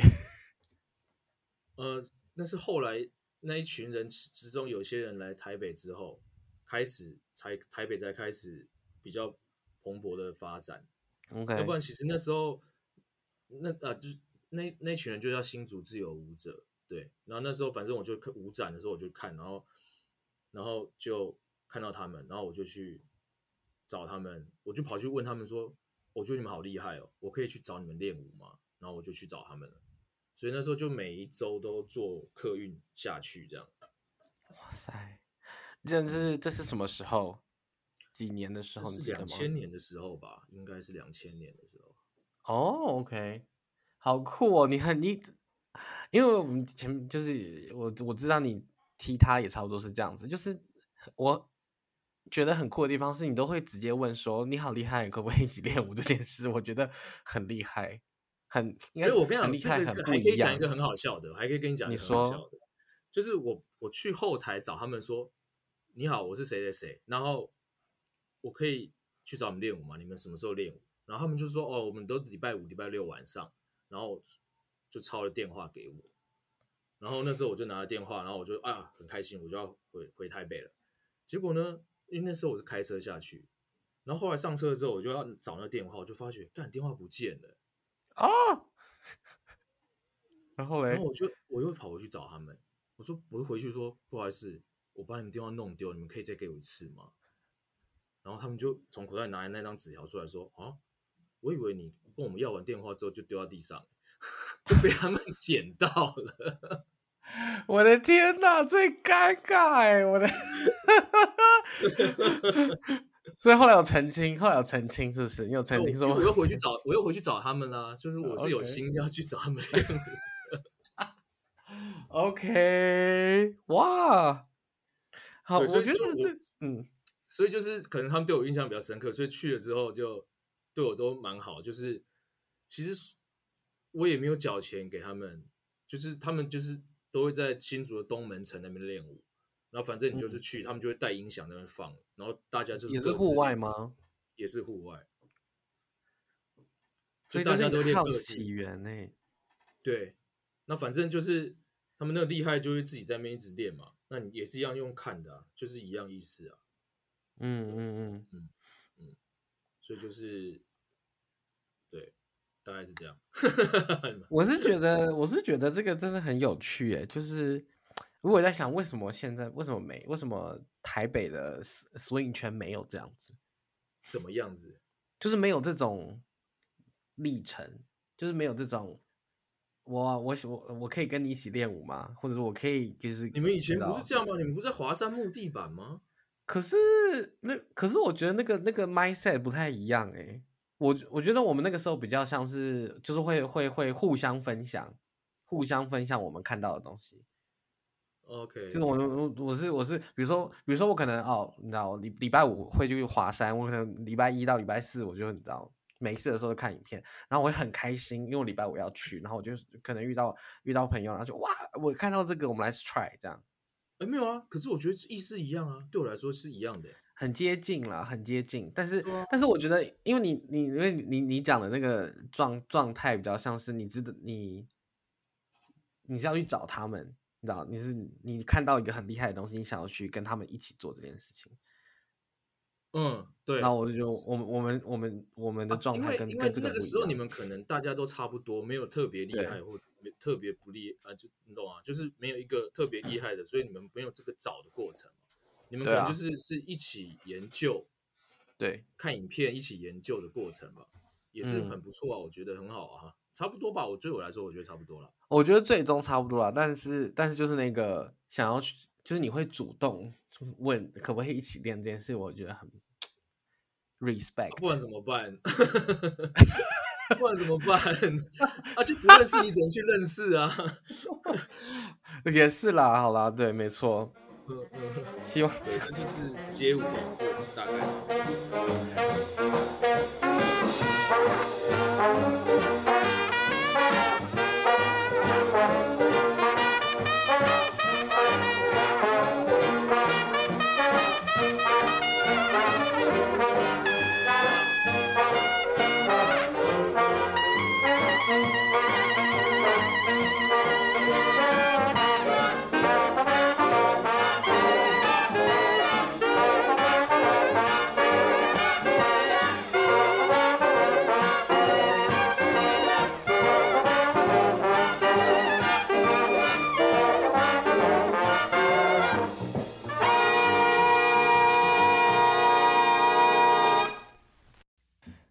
Speaker 1: 呃，那是后来那一群人之之中，有些人来台北之后，开始才台北才开始比较蓬勃的发展，要
Speaker 2: OK，
Speaker 1: 不然其实那时候那啊就是那那群人就叫新竹自由舞者，对，然后那时候反正我就看舞展的时候我就看，然后然后就看到他们，然后我就去找他们，我就跑去问他们说，我觉得你们好厉害哦，我可以去找你们练舞吗？然后我就去找他们了。所以那时候就每一周都坐客运下去，这样
Speaker 2: 哇塞，这是这是什么时候？几年的时
Speaker 1: 这
Speaker 2: 候你
Speaker 1: 是
Speaker 2: 记得
Speaker 1: 两
Speaker 2: 吗？
Speaker 1: 千年的时候吧，应该是两千年的时候。
Speaker 2: 哦，OK，好酷哦！你很你，因为我们前就是我我知道你踢他也差不多是这样子，就是我觉得很酷的地方是你都会直接问说你好厉害，可不可以一起练舞这件事，我觉得很厉害，很应该
Speaker 1: 哎，
Speaker 2: 是
Speaker 1: 我跟你
Speaker 2: 很
Speaker 1: 讲，
Speaker 2: 厉
Speaker 1: 这
Speaker 2: 害，
Speaker 1: 个
Speaker 2: 很不
Speaker 1: 还可
Speaker 2: 一
Speaker 1: 以讲
Speaker 2: 样
Speaker 1: 一。个很好笑的，还可以跟你讲一
Speaker 2: 你
Speaker 1: 个很好
Speaker 2: 说
Speaker 1: 笑的，就是我我去后台找他们说，你好，我是谁谁谁，然后我可以去找你们练舞吗？你们什么时候练舞？然后他们就说，哦，我们都礼拜五、礼拜六晚上，然后就抄了电话给我，然后那时候我就拿了电话，然后我就啊很开心，我就要回回台北了。结果呢，因为那时候我是开车下去，然后后来上车之后，我就要找那电话，我就发觉，干电话不见了。
Speaker 2: 啊！ [laughs] 然后嘞
Speaker 1: 然后，我就我又跑回去找他们，我说我就回去说不好意思，我把你们电话弄丢，你们可以再给我一次吗？然后他们就从口袋拿那张纸条出来说啊，我以为你跟我们要完电话之后就丢到地上， [laughs] 就被他
Speaker 2: [laughs]
Speaker 1: 们捡到了。
Speaker 2: 我的天呐，最尴尬哎！
Speaker 1: [laughs]
Speaker 2: 我的，所以后来有澄清，后来有澄清，是不是？你有澄
Speaker 1: 我
Speaker 2: 清说
Speaker 1: 因为我又回去找，我又回去找他们啦、就是我是有
Speaker 2: OK
Speaker 1: 心要去找他们
Speaker 2: [laughs]
Speaker 1: 练舞
Speaker 2: OK，哇，好，
Speaker 1: 对
Speaker 2: 我
Speaker 1: 所以
Speaker 2: 觉得
Speaker 1: 就我
Speaker 2: 这，嗯，
Speaker 1: 所以就是可能他们对我印象比较深刻，所以去了之后就对我都蛮好。就是其实我也没有缴钱给他们，就是他们就是都会在新竹的东门城那边练舞，然后反正你就是去，他们就会带音响在那边放，然后大家就是
Speaker 2: 嗯也是
Speaker 1: 各
Speaker 2: 户
Speaker 1: 自
Speaker 2: 外
Speaker 1: 练
Speaker 2: 吗？
Speaker 1: 也是户外，
Speaker 2: 所以
Speaker 1: 大
Speaker 2: 这
Speaker 1: 家
Speaker 2: 是
Speaker 1: 都
Speaker 2: 一
Speaker 1: 练
Speaker 2: 个
Speaker 1: 各
Speaker 2: house
Speaker 1: 自
Speaker 2: 起源呢、
Speaker 1: 对，那反正就是他们那个厉害，就会自己在那边一直练嘛。那你也是一样用看的、啊，就是一样意思啊。
Speaker 2: 嗯嗯
Speaker 1: [laughs]
Speaker 2: 嗯，
Speaker 1: 所以就是对，大概是这样。 [laughs]
Speaker 2: 我是觉得，我是觉得这个真的很有趣诶，就是如果在想为什么现在为什么没为什么台北的 s- swing 圈没有这样子，
Speaker 1: 怎么样子？
Speaker 2: 就是没有这种历程，就是没有这种我我喜我我可以跟你一起练舞吗？或者说我可以就是
Speaker 1: 你们以前
Speaker 2: 知
Speaker 1: 不啊
Speaker 2: 道
Speaker 1: 是这样吗？你们不是在华山木地板吗？
Speaker 2: 可是那可是我觉得那个那个 mindset 不太一样诶、哎我我觉得我们那个时候比较像是就是会会会互相分享，互相分享我们看到的东西。
Speaker 1: OK，
Speaker 2: 就是我我我是我是，比如说比如说我可能哦，你知道礼礼拜五会去华山，我可能礼拜一到礼拜四我就你知道没事的时候就看影片，然后我会很开心，因为我礼拜五要去，然后我就可能遇到遇到朋友，然后就哇，我看到这个，我们来 try 这样，
Speaker 1: 哎、没有啊，可是我觉得意思一样啊，对我来说是一样的欸、
Speaker 2: 很接近啦，很接近。但是
Speaker 1: 对啊
Speaker 2: 但是我觉得，因为你你因为你你讲的那个状状态比较像是你知道你你是要去找他们，你知道你是你看到一个很厉害的东西，你想要去跟他们一起做这件事情。
Speaker 1: 嗯，对。
Speaker 2: 然后我就觉得我们我们我们我们的
Speaker 1: 啊
Speaker 2: 状
Speaker 1: 因
Speaker 2: 态
Speaker 1: 为
Speaker 2: 跟、
Speaker 1: 因为
Speaker 2: 跟这
Speaker 1: 那
Speaker 2: 不
Speaker 1: 个
Speaker 2: 一
Speaker 1: 时候
Speaker 2: 样。
Speaker 1: 你们可能大家都差不多，没有特别厉
Speaker 2: 对
Speaker 1: 害或没特别不厉啊，就你懂啊，就是没有一个特别厉害的，所以你们没有这个找的过程嘛。你们可
Speaker 2: 对
Speaker 1: 能
Speaker 2: 啊
Speaker 1: 就是、是一起研究，
Speaker 2: 对
Speaker 1: 看影片一起研究的过程吧，也是
Speaker 2: 嗯
Speaker 1: 很不错啊，我觉得很好啊，差不多吧。我对我来说，我觉得差不多了。啊
Speaker 2: 我觉得最终差不多了，但是但是就是那个想要去，就是你会主动问可不可以一起练这件事，我觉得很 respect。
Speaker 1: 啊不然怎么办？ [laughs] 不然怎么办？ [laughs] 啊，就不认识你怎么去认识啊？ [laughs]
Speaker 2: 也是啦，好啦，对，没错，
Speaker 1: 嗯嗯，
Speaker 2: 希望。
Speaker 1: 对，这就是街舞的过程大概长这样。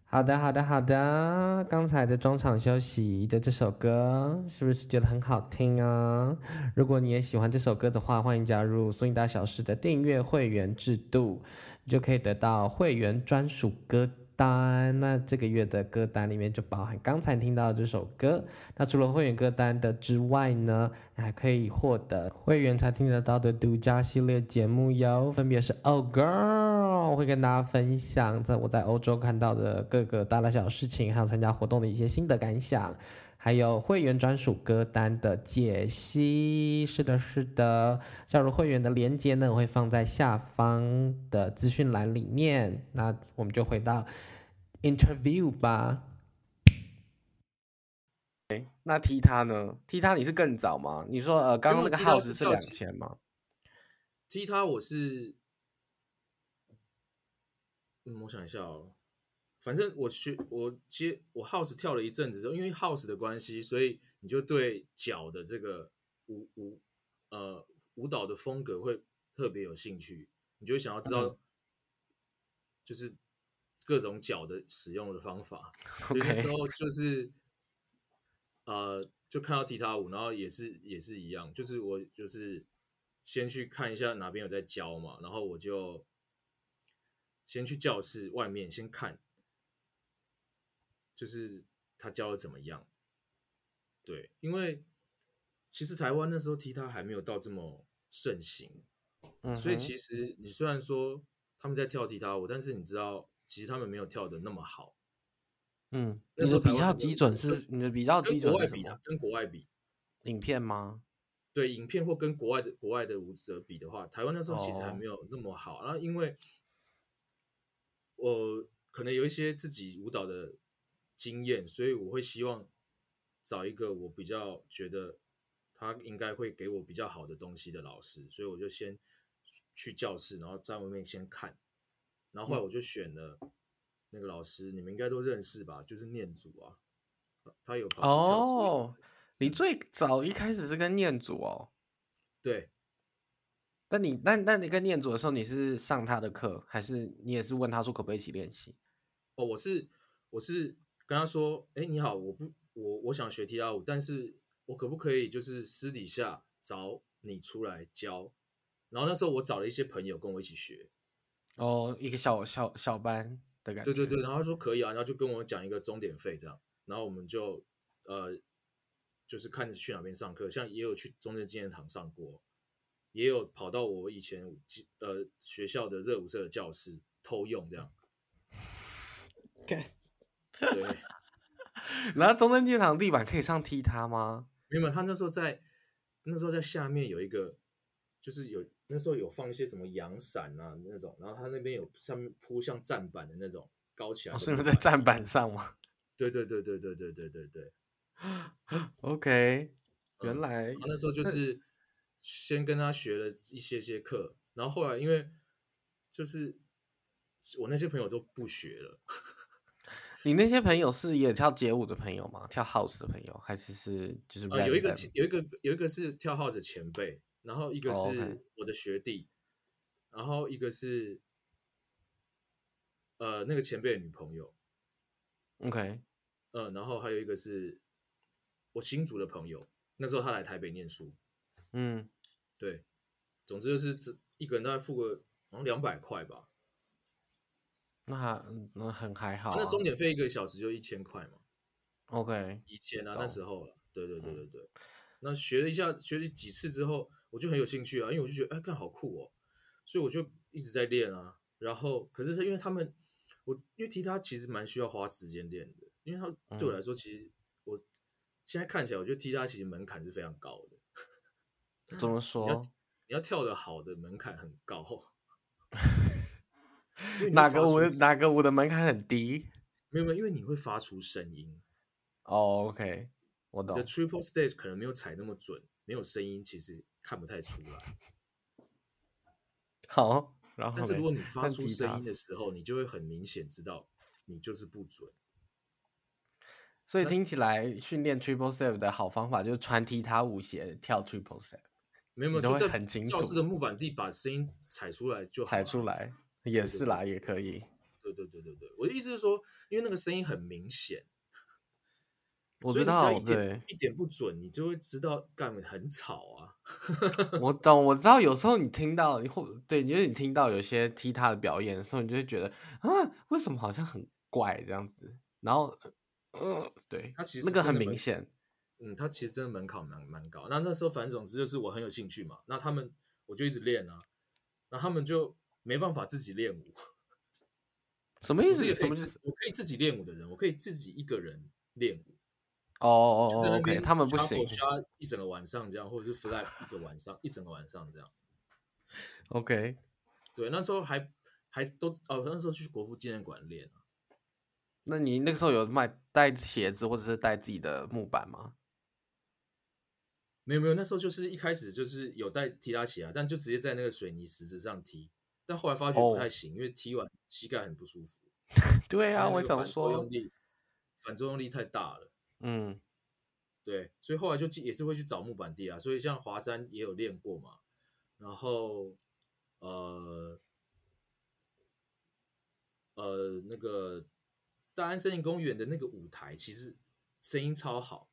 Speaker 2: 好的，好的，好的。刚才的中场休息的这首歌，是不是觉得很好听啊？如果你也喜欢这首歌的话，欢迎加入苏宁大小事的订阅会员制度，你就可以得到会员专属歌单。那这个月的歌单里面就包含刚才听到的这首歌。那除了会员歌单的之外呢，你还可以获得会员才听得到的独家系列节目哟，分别是《Oh Girl》，会跟大家分享在我在欧洲看到的各个大大小小事情，还有参加活动的一些心得感想，还有会员专属歌单的解析。是的，是的，加入会员的链接呢，我会放在下方的资讯栏里面。那我们就回到 interview 吧。那踢他呢？踢他你是更早吗？你说呃，刚刚那个
Speaker 1: 踢他
Speaker 2: house
Speaker 1: 是
Speaker 2: 是
Speaker 1: 到
Speaker 2: 两
Speaker 1: 几
Speaker 2: 千吗？
Speaker 1: 踢他我是，嗯，我想一下哦，反正我学我接我 house 跳了一阵子之后，因为 house 的关系，所以你就对脚的这个舞舞呃舞蹈的风格会特别有兴趣，你就会想要知道，就是各种脚的使用的方法。所以那
Speaker 2: OK
Speaker 1: 时候就是呃，就看到踢踏舞，然后也是也是一样，就是我就是先去看一下哪边有在教嘛，然后我就先去教室外面先看，就是他教的怎么样。对，因为其实台湾那时候踢踏还没有到这么盛行，
Speaker 2: 嗯
Speaker 1: 所以
Speaker 2: 哼
Speaker 1: 其实你虽然说他们在跳踢踏舞，但是你知道其实他们没有跳的那么好。
Speaker 2: 嗯，
Speaker 1: 那
Speaker 2: 你
Speaker 1: 时候
Speaker 2: 的
Speaker 1: 台
Speaker 2: 比
Speaker 1: 湾
Speaker 2: 较
Speaker 1: 很多
Speaker 2: 基
Speaker 1: 人
Speaker 2: 准
Speaker 1: 就是
Speaker 2: 你的比较
Speaker 1: 跟
Speaker 2: 基准
Speaker 1: 国外
Speaker 2: 是什
Speaker 1: 比啊
Speaker 2: 么？，
Speaker 1: 跟国外比，
Speaker 2: 影片吗？
Speaker 1: 对影片或跟国外的国外的舞者比的话，台湾那时候其实还
Speaker 2: 哦
Speaker 1: 没有那么好。然后因为我可能有一些自己舞蹈的经验，所以我会希望找一个我比较觉得他应该会给我比较好的东西的老师，所以我就先去教室，然后在外面先看。然
Speaker 2: 嗯
Speaker 1: 后后来我就选了那个老师，你们应该都认识吧？就是念祖啊，他有跑去跳 swing
Speaker 2: 哦，你最早一开始是跟念祖哦，
Speaker 1: 对，
Speaker 2: 但你那那你跟念祖的时候，你是上他的课，还是你也是问他说可不可以一起练习？
Speaker 1: 哦，我是我是跟他说，哎，你好，我不我我想学踢踏舞，但是我可不可以就是私底下找你出来教？然后那时候我找了一些朋友跟我一起学，
Speaker 2: 哦，一个小小小班的感觉。
Speaker 1: 对对对，然后他说可以啊，然后就跟我讲一个钟点费这样，然后我们就呃就是看去哪边上课，像也有去中正纪念堂上过，也有跑到我以前记呃学校的热舞社的教室偷用这样，
Speaker 2: 干
Speaker 1: 对，
Speaker 2: 然后中正纪念堂地板可以上踢他吗？
Speaker 1: 没有，他那时候在那时候在下面有一个，就是有那时候有放一些什么阳伞啊那种，然后他那边有上面铺像站板的那种高起来
Speaker 2: 哦，
Speaker 1: 的
Speaker 2: 是你
Speaker 1: 木
Speaker 2: 们在
Speaker 1: 板
Speaker 2: 站板上吗
Speaker 1: 对对对对对对对对对。
Speaker 2: ？OK，
Speaker 1: 嗯
Speaker 2: 原来
Speaker 1: 然后那时候就是先跟他学了一些些课，然后后来因为就是我那些朋友都不学了，
Speaker 2: 你那些朋友是也跳街舞的朋友吗？跳 house 的朋友，还是是就是
Speaker 1: 呃，有一个
Speaker 2: random？
Speaker 1: 有一个有一个是跳 house 的前辈，然后一个
Speaker 2: 哦，OK
Speaker 1: 是我的学弟，然后一个是呃那个前辈的女朋友，
Speaker 2: OK，
Speaker 1: 嗯，然后还有一个是我新竹的朋友，那时候他来台北念书，
Speaker 2: 嗯，
Speaker 1: 对，总之就是这一个人大概付个好像两百块吧，
Speaker 2: 那还那很还好、啊。
Speaker 1: 那钟点费一个小时就一千块嘛，
Speaker 2: OK，
Speaker 1: 以前啊
Speaker 2: 懂
Speaker 1: 那时候了，对
Speaker 2: 嗯
Speaker 1: 对对对对，那学了一下，学了几次之后，我就很有兴趣啊，因为我就觉得哎，干好酷哦，所以我就一直在练啊。然后，可是因为他们，我因为踢踏其实蛮需要花时间练的，因为它对我
Speaker 2: 嗯
Speaker 1: 来说，其实我现在看起来，我觉得踢踏其实门槛是非常高的，
Speaker 2: 怎么说？
Speaker 1: 你要跳得好的门槛很高。因为你会
Speaker 2: 哪
Speaker 1: 发
Speaker 2: 个
Speaker 1: 出
Speaker 2: 舞的哪个舞的门槛很低？
Speaker 1: 没有没有，因为你会发出声音，
Speaker 2: 哦、o k 我
Speaker 1: 你
Speaker 2: 懂
Speaker 1: 的。triple stage 可能没有踩那么准，没有声音，其实看不太出来。
Speaker 2: 好，然后
Speaker 1: 但是
Speaker 2: 嘞
Speaker 1: 如果你发
Speaker 2: 但
Speaker 1: 出
Speaker 2: 吉他
Speaker 1: 声音的时候，你就会很明显知道你就是不准。
Speaker 2: 所以听起来训练 triple step 的好方法就是穿踢踏舞鞋跳 triple step，
Speaker 1: 没有没有，
Speaker 2: 你都
Speaker 1: 就
Speaker 2: 会
Speaker 1: 在
Speaker 2: 很清
Speaker 1: 教
Speaker 2: 楚
Speaker 1: 室的木板地把声音踩出来就好
Speaker 2: 踩
Speaker 1: 了啊
Speaker 2: 出。来也
Speaker 1: 对
Speaker 2: 是啦，也可以。
Speaker 1: 对对对对对，我的意思是说，因为那个声音很明显，
Speaker 2: 我
Speaker 1: 所以
Speaker 2: 知
Speaker 1: 你只要
Speaker 2: 道，
Speaker 1: 一
Speaker 2: 对
Speaker 1: 点，一点不准，你就会知道干很吵啊。
Speaker 2: 我懂，我知道，有时候你听到，你或对，就是你听到有些踢踏的表演的时候，你就会觉得啊，为什么好像很怪这样子，然后，呃，对，
Speaker 1: 它其实
Speaker 2: 那个
Speaker 1: 真
Speaker 2: 很
Speaker 1: 的
Speaker 2: 明
Speaker 1: 蛮
Speaker 2: 显，
Speaker 1: 嗯，他其实真的门槛蛮蛮高。那那时候反正总之就是我很有兴趣嘛，那他们我就一直练啊，那他们就没办法自己练舞。
Speaker 2: 什么
Speaker 1: 我
Speaker 2: 意
Speaker 1: 是一
Speaker 2: 思？
Speaker 1: 个可以
Speaker 2: 什么意
Speaker 1: 自
Speaker 2: 思？
Speaker 1: 我可以自己练舞的人，我可以自己一个人练舞。
Speaker 2: 哦哦
Speaker 1: 就在
Speaker 2: 哦
Speaker 1: 那
Speaker 2: ，OK，
Speaker 1: 边
Speaker 2: 他们不
Speaker 1: shuffle
Speaker 2: 行
Speaker 1: shuffle 一整个晚上这样，或者是 flag 一个晚上，一整个晚上这样。
Speaker 2: ，OK， [laughs]
Speaker 1: 对，那时候还还都哦，那时候去国父纪念馆练啊，
Speaker 2: 那你那个时候有卖带鞋子或者是带自己的木板吗？ [laughs]
Speaker 1: 没有没有，那时候就是一开始就是有带踢他鞋啊，但就直接在那个水泥石子上踢，但后来发觉不
Speaker 2: 哦
Speaker 1: 太行，因为踢完膝盖很不舒服。
Speaker 2: 对
Speaker 1: 因为
Speaker 2: 啊，
Speaker 1: 那
Speaker 2: 我
Speaker 1: 个
Speaker 2: 想
Speaker 1: 反作
Speaker 2: 说
Speaker 1: 用，力，反作用力太大了。
Speaker 2: 嗯，
Speaker 1: 对，所以后来就记也是会去找木板地啊，所以像华山也有练过嘛，然后呃呃那个大安森林公园的那个舞台，其实声音超好，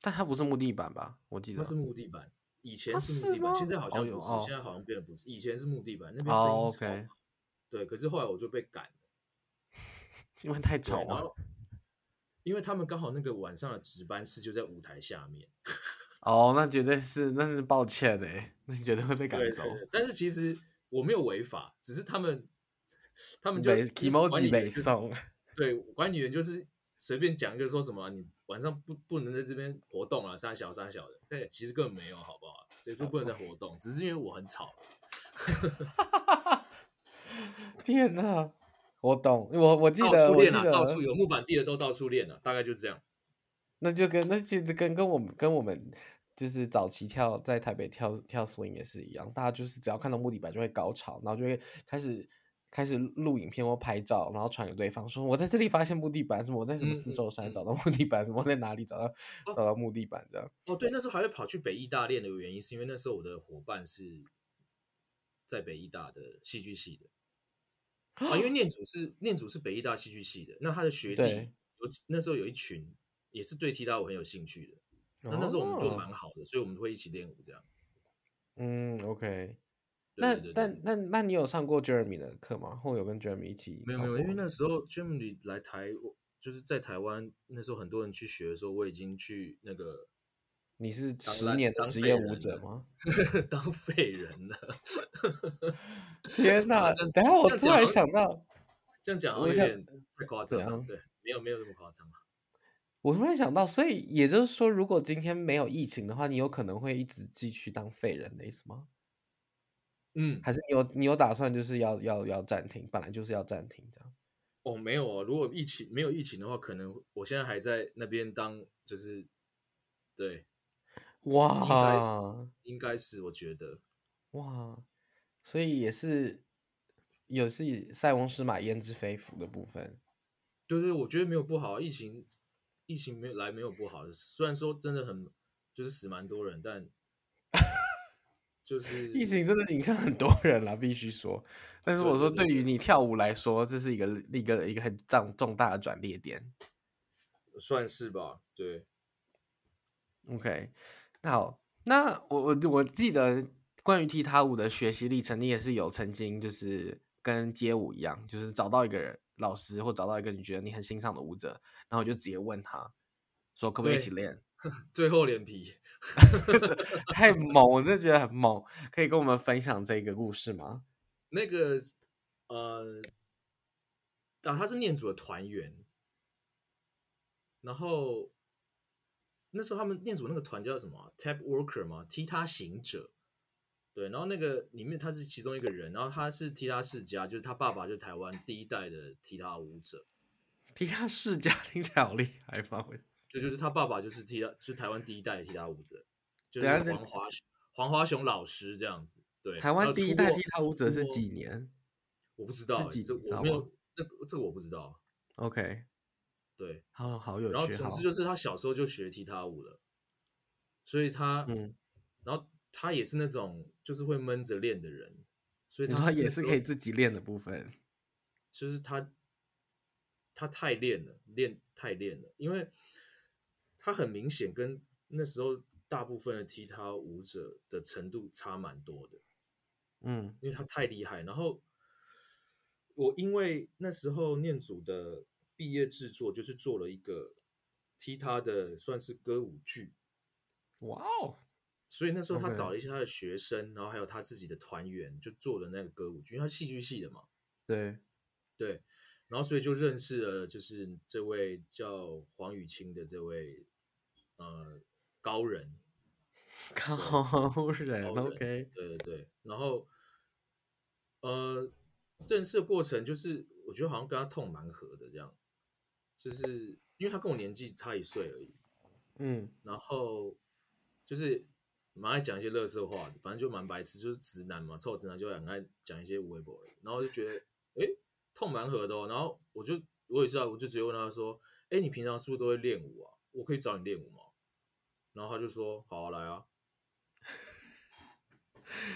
Speaker 2: 但它不是木地板吧？我记得
Speaker 1: 它是木地板，以前
Speaker 2: 它
Speaker 1: 是
Speaker 2: 是
Speaker 1: 木地板，现
Speaker 2: 吗
Speaker 1: 在好
Speaker 2: 哦
Speaker 1: 像
Speaker 2: 有
Speaker 1: 不是，
Speaker 2: 哦
Speaker 1: 现在好像变得不是，以前是木地板，那边声
Speaker 2: 哦
Speaker 1: 音超好，
Speaker 2: ，OK，
Speaker 1: 对，可是后来我就被赶了。
Speaker 2: 因为太
Speaker 1: 对
Speaker 2: 吵
Speaker 1: 然
Speaker 2: 了。
Speaker 1: 后因为他们刚好那个晚上的值班室就在舞台下面，
Speaker 2: 哦，那绝对是，那是抱歉的，那你绝对会被赶
Speaker 1: 对
Speaker 2: 走。
Speaker 1: 对对但是其实我没有违法，只是他们他们就
Speaker 2: 北
Speaker 1: 那个
Speaker 2: i m o
Speaker 1: 管理
Speaker 2: j i 北
Speaker 1: 员就
Speaker 2: 宋，
Speaker 1: 对管理员就是随便讲一个说什么你晚上不不能在这边活动啊，三小三小的，对，其实根本没有，好不好？谁说不能在活动？只是因为我很吵，
Speaker 2: 天哪！我懂，我我记
Speaker 1: 到
Speaker 2: 得，
Speaker 1: 处
Speaker 2: 我
Speaker 1: 练
Speaker 2: 记
Speaker 1: 啊，到处
Speaker 2: 得，
Speaker 1: 有木板地的都到处练啊了、大概就这样。
Speaker 2: 那就跟那其实跟跟我们跟我们就是早期跳在台北跳跳 swing 也是一样，大家就是只要看到木地板就会高潮，然后就会开始开始录影片或拍照，然后传给对方说我在这里发现木地板，什么我在什么
Speaker 1: 嗯嗯
Speaker 2: 四周山
Speaker 1: 嗯
Speaker 2: 找到木地板，什么我在哪里找到
Speaker 1: 哦
Speaker 2: 找到木地板这样。
Speaker 1: 哦，对，那时候还会跑去北艺大练的原因，是因为那时候我的伙伴是在北艺大的戏剧系的啊，因
Speaker 2: [gasps]
Speaker 1: 为念祖是念祖是北艺大戏剧系的，那他的学弟
Speaker 2: 对
Speaker 1: 有那时候有一群也是对踢踏舞很有兴趣的，那那时候我们就
Speaker 2: 哦
Speaker 1: 蛮好的，所以我们会一起练舞这样。
Speaker 2: 嗯，OK。
Speaker 1: 对
Speaker 2: 那
Speaker 1: 对对对
Speaker 2: 但那那你有上过 Jeremy 的课吗？或有跟 Jeremy 一起
Speaker 1: 没有
Speaker 2: 跳
Speaker 1: 没有，
Speaker 2: 过
Speaker 1: 因为
Speaker 2: 吗
Speaker 1: 那时候 Germany 来台，我就是在台湾那时候很多人去学的时候，我已经去那个 [laughs]
Speaker 2: 你是
Speaker 1: 当
Speaker 2: 十
Speaker 1: 烂
Speaker 2: 年的
Speaker 1: 当
Speaker 2: 职
Speaker 1: 废
Speaker 2: 业
Speaker 1: 人
Speaker 2: 舞者
Speaker 1: 了 [laughs]
Speaker 2: 吗？
Speaker 1: 当废人了。
Speaker 2: 天
Speaker 1: 好
Speaker 2: 哪！
Speaker 1: 这样
Speaker 2: 等一下
Speaker 1: 这
Speaker 2: 我
Speaker 1: 样
Speaker 2: 突
Speaker 1: 讲
Speaker 2: 然
Speaker 1: 好
Speaker 2: 想到，
Speaker 1: 这样讲好
Speaker 2: 我
Speaker 1: 像有
Speaker 2: 想
Speaker 1: 点太夸张
Speaker 2: 怎
Speaker 1: 了
Speaker 2: 样，
Speaker 1: 对，没有没有这么夸张。啊
Speaker 2: 我突然想到，所以也就是说，如果今天没有疫情的话，你有可能会一直继续当废人的意思吗？
Speaker 1: 嗯，
Speaker 2: 还是你有你有打算就是要要要暂停，本来就是要暂停这样？
Speaker 1: 哦，没有哦。如果疫情没有疫情的话，可能我现在还在那边当，就是对，该是
Speaker 2: 哇
Speaker 1: 应该是我觉得，
Speaker 2: 哇，所以也是也是塞翁失马焉知非福的部分。
Speaker 1: 对对，我觉得没有不好啊。疫情疫情没有来没有不好的，虽然说真的很就是死蛮多人，
Speaker 2: [laughs]
Speaker 1: 但就是
Speaker 2: 疫情真的影响很多人啦，必须说。但是
Speaker 1: 对
Speaker 2: 我
Speaker 1: 对
Speaker 2: 说，对
Speaker 1: 对
Speaker 2: 于你跳舞来说，这是一个一个一个很重重大的转捩点。
Speaker 1: 算是吧。对，
Speaker 2: OK，那好，那我我我记得关于踢踏舞的学习历程，你也是有曾经就是跟街舞一样，就是找到一个人老师或找到一个你觉得你很欣赏的舞者，然后你就直接问他说可不可以一
Speaker 1: 对
Speaker 2: 起练， [laughs]
Speaker 1: 最后脸皮，
Speaker 2: 太猛，我真的觉得很猛，可以跟我们分享这个故事吗？
Speaker 1: 那个呃，啊，他是念祖的团员，然后那时候他们念祖那个团叫什么啊？Tap Worker 嘛，踢踏行者。对，然后那个里面他是其中一个人，然后他是踢踏世家，就是他爸爸就是台湾第一代的踢踏舞者，
Speaker 2: [laughs] 踢踏世家听起来好厉害吧？我
Speaker 1: 就就是他爸爸就是踢踏，就是台湾第一代的踢踏舞者，就是
Speaker 2: 等下
Speaker 1: 黄华雄黄华雄老师这样子。对，
Speaker 2: 台
Speaker 1: 然
Speaker 2: 湾
Speaker 1: 后
Speaker 2: 第一
Speaker 1: 出
Speaker 2: 代
Speaker 1: 过
Speaker 2: 踢踏舞者
Speaker 1: 出
Speaker 2: 是
Speaker 1: 过
Speaker 2: 几年
Speaker 1: 我不知道、
Speaker 2: 几
Speaker 1: 欸，这
Speaker 2: 年知道
Speaker 1: 我没
Speaker 2: 吗
Speaker 1: 有，这个这个我不知道。
Speaker 2: ？OK，
Speaker 1: 对，
Speaker 2: 好好有
Speaker 1: 然后
Speaker 2: 趣，
Speaker 1: 总
Speaker 2: 好
Speaker 1: 之，就是他小时候就学踢踏舞了，所以他，
Speaker 2: 嗯，
Speaker 1: 然后他也是那种就是会闷着练的人，所以
Speaker 2: 你说
Speaker 1: 他
Speaker 2: 也
Speaker 1: 那
Speaker 2: 是
Speaker 1: 时
Speaker 2: 可以
Speaker 1: 候，
Speaker 2: 自己练的部分。
Speaker 1: 就是他他太练了，练太练了，因为他很明显跟那时候大部分的踢踏舞者的程度差蛮多的，
Speaker 2: 嗯
Speaker 1: 因为他太厉害。然后我因为那时候念祖的毕业制作就是做了一个踢踏的算是歌舞剧，
Speaker 2: 哇哦，
Speaker 1: 所以那时候他
Speaker 2: OK
Speaker 1: 找了一些他的学生，然后还有他自己的团员，就做了那个歌舞剧，因为他戏剧系的嘛，
Speaker 2: 对，
Speaker 1: [laughs] 对，然后所以就认识了，就是这位叫黄雨清的这位呃高人，
Speaker 2: 高人
Speaker 1: 高人
Speaker 2: OK，
Speaker 1: 对对对，然后呃认识的过程就是我觉得好像跟他痛蛮合的这样，就是因为他跟我年纪差一岁而已，
Speaker 2: 嗯
Speaker 1: 然后就是蛮爱讲一些乐色话的，反正就蛮白痴，就是直男嘛，臭直男就很爱讲一些微博的，然后就觉得诶，痛蛮合的、哦，然后我就我也是啊，我就直接问他说，诶，你平常是不是都会练舞啊？我可以找你练舞吗？然后他就说好啊，来啊。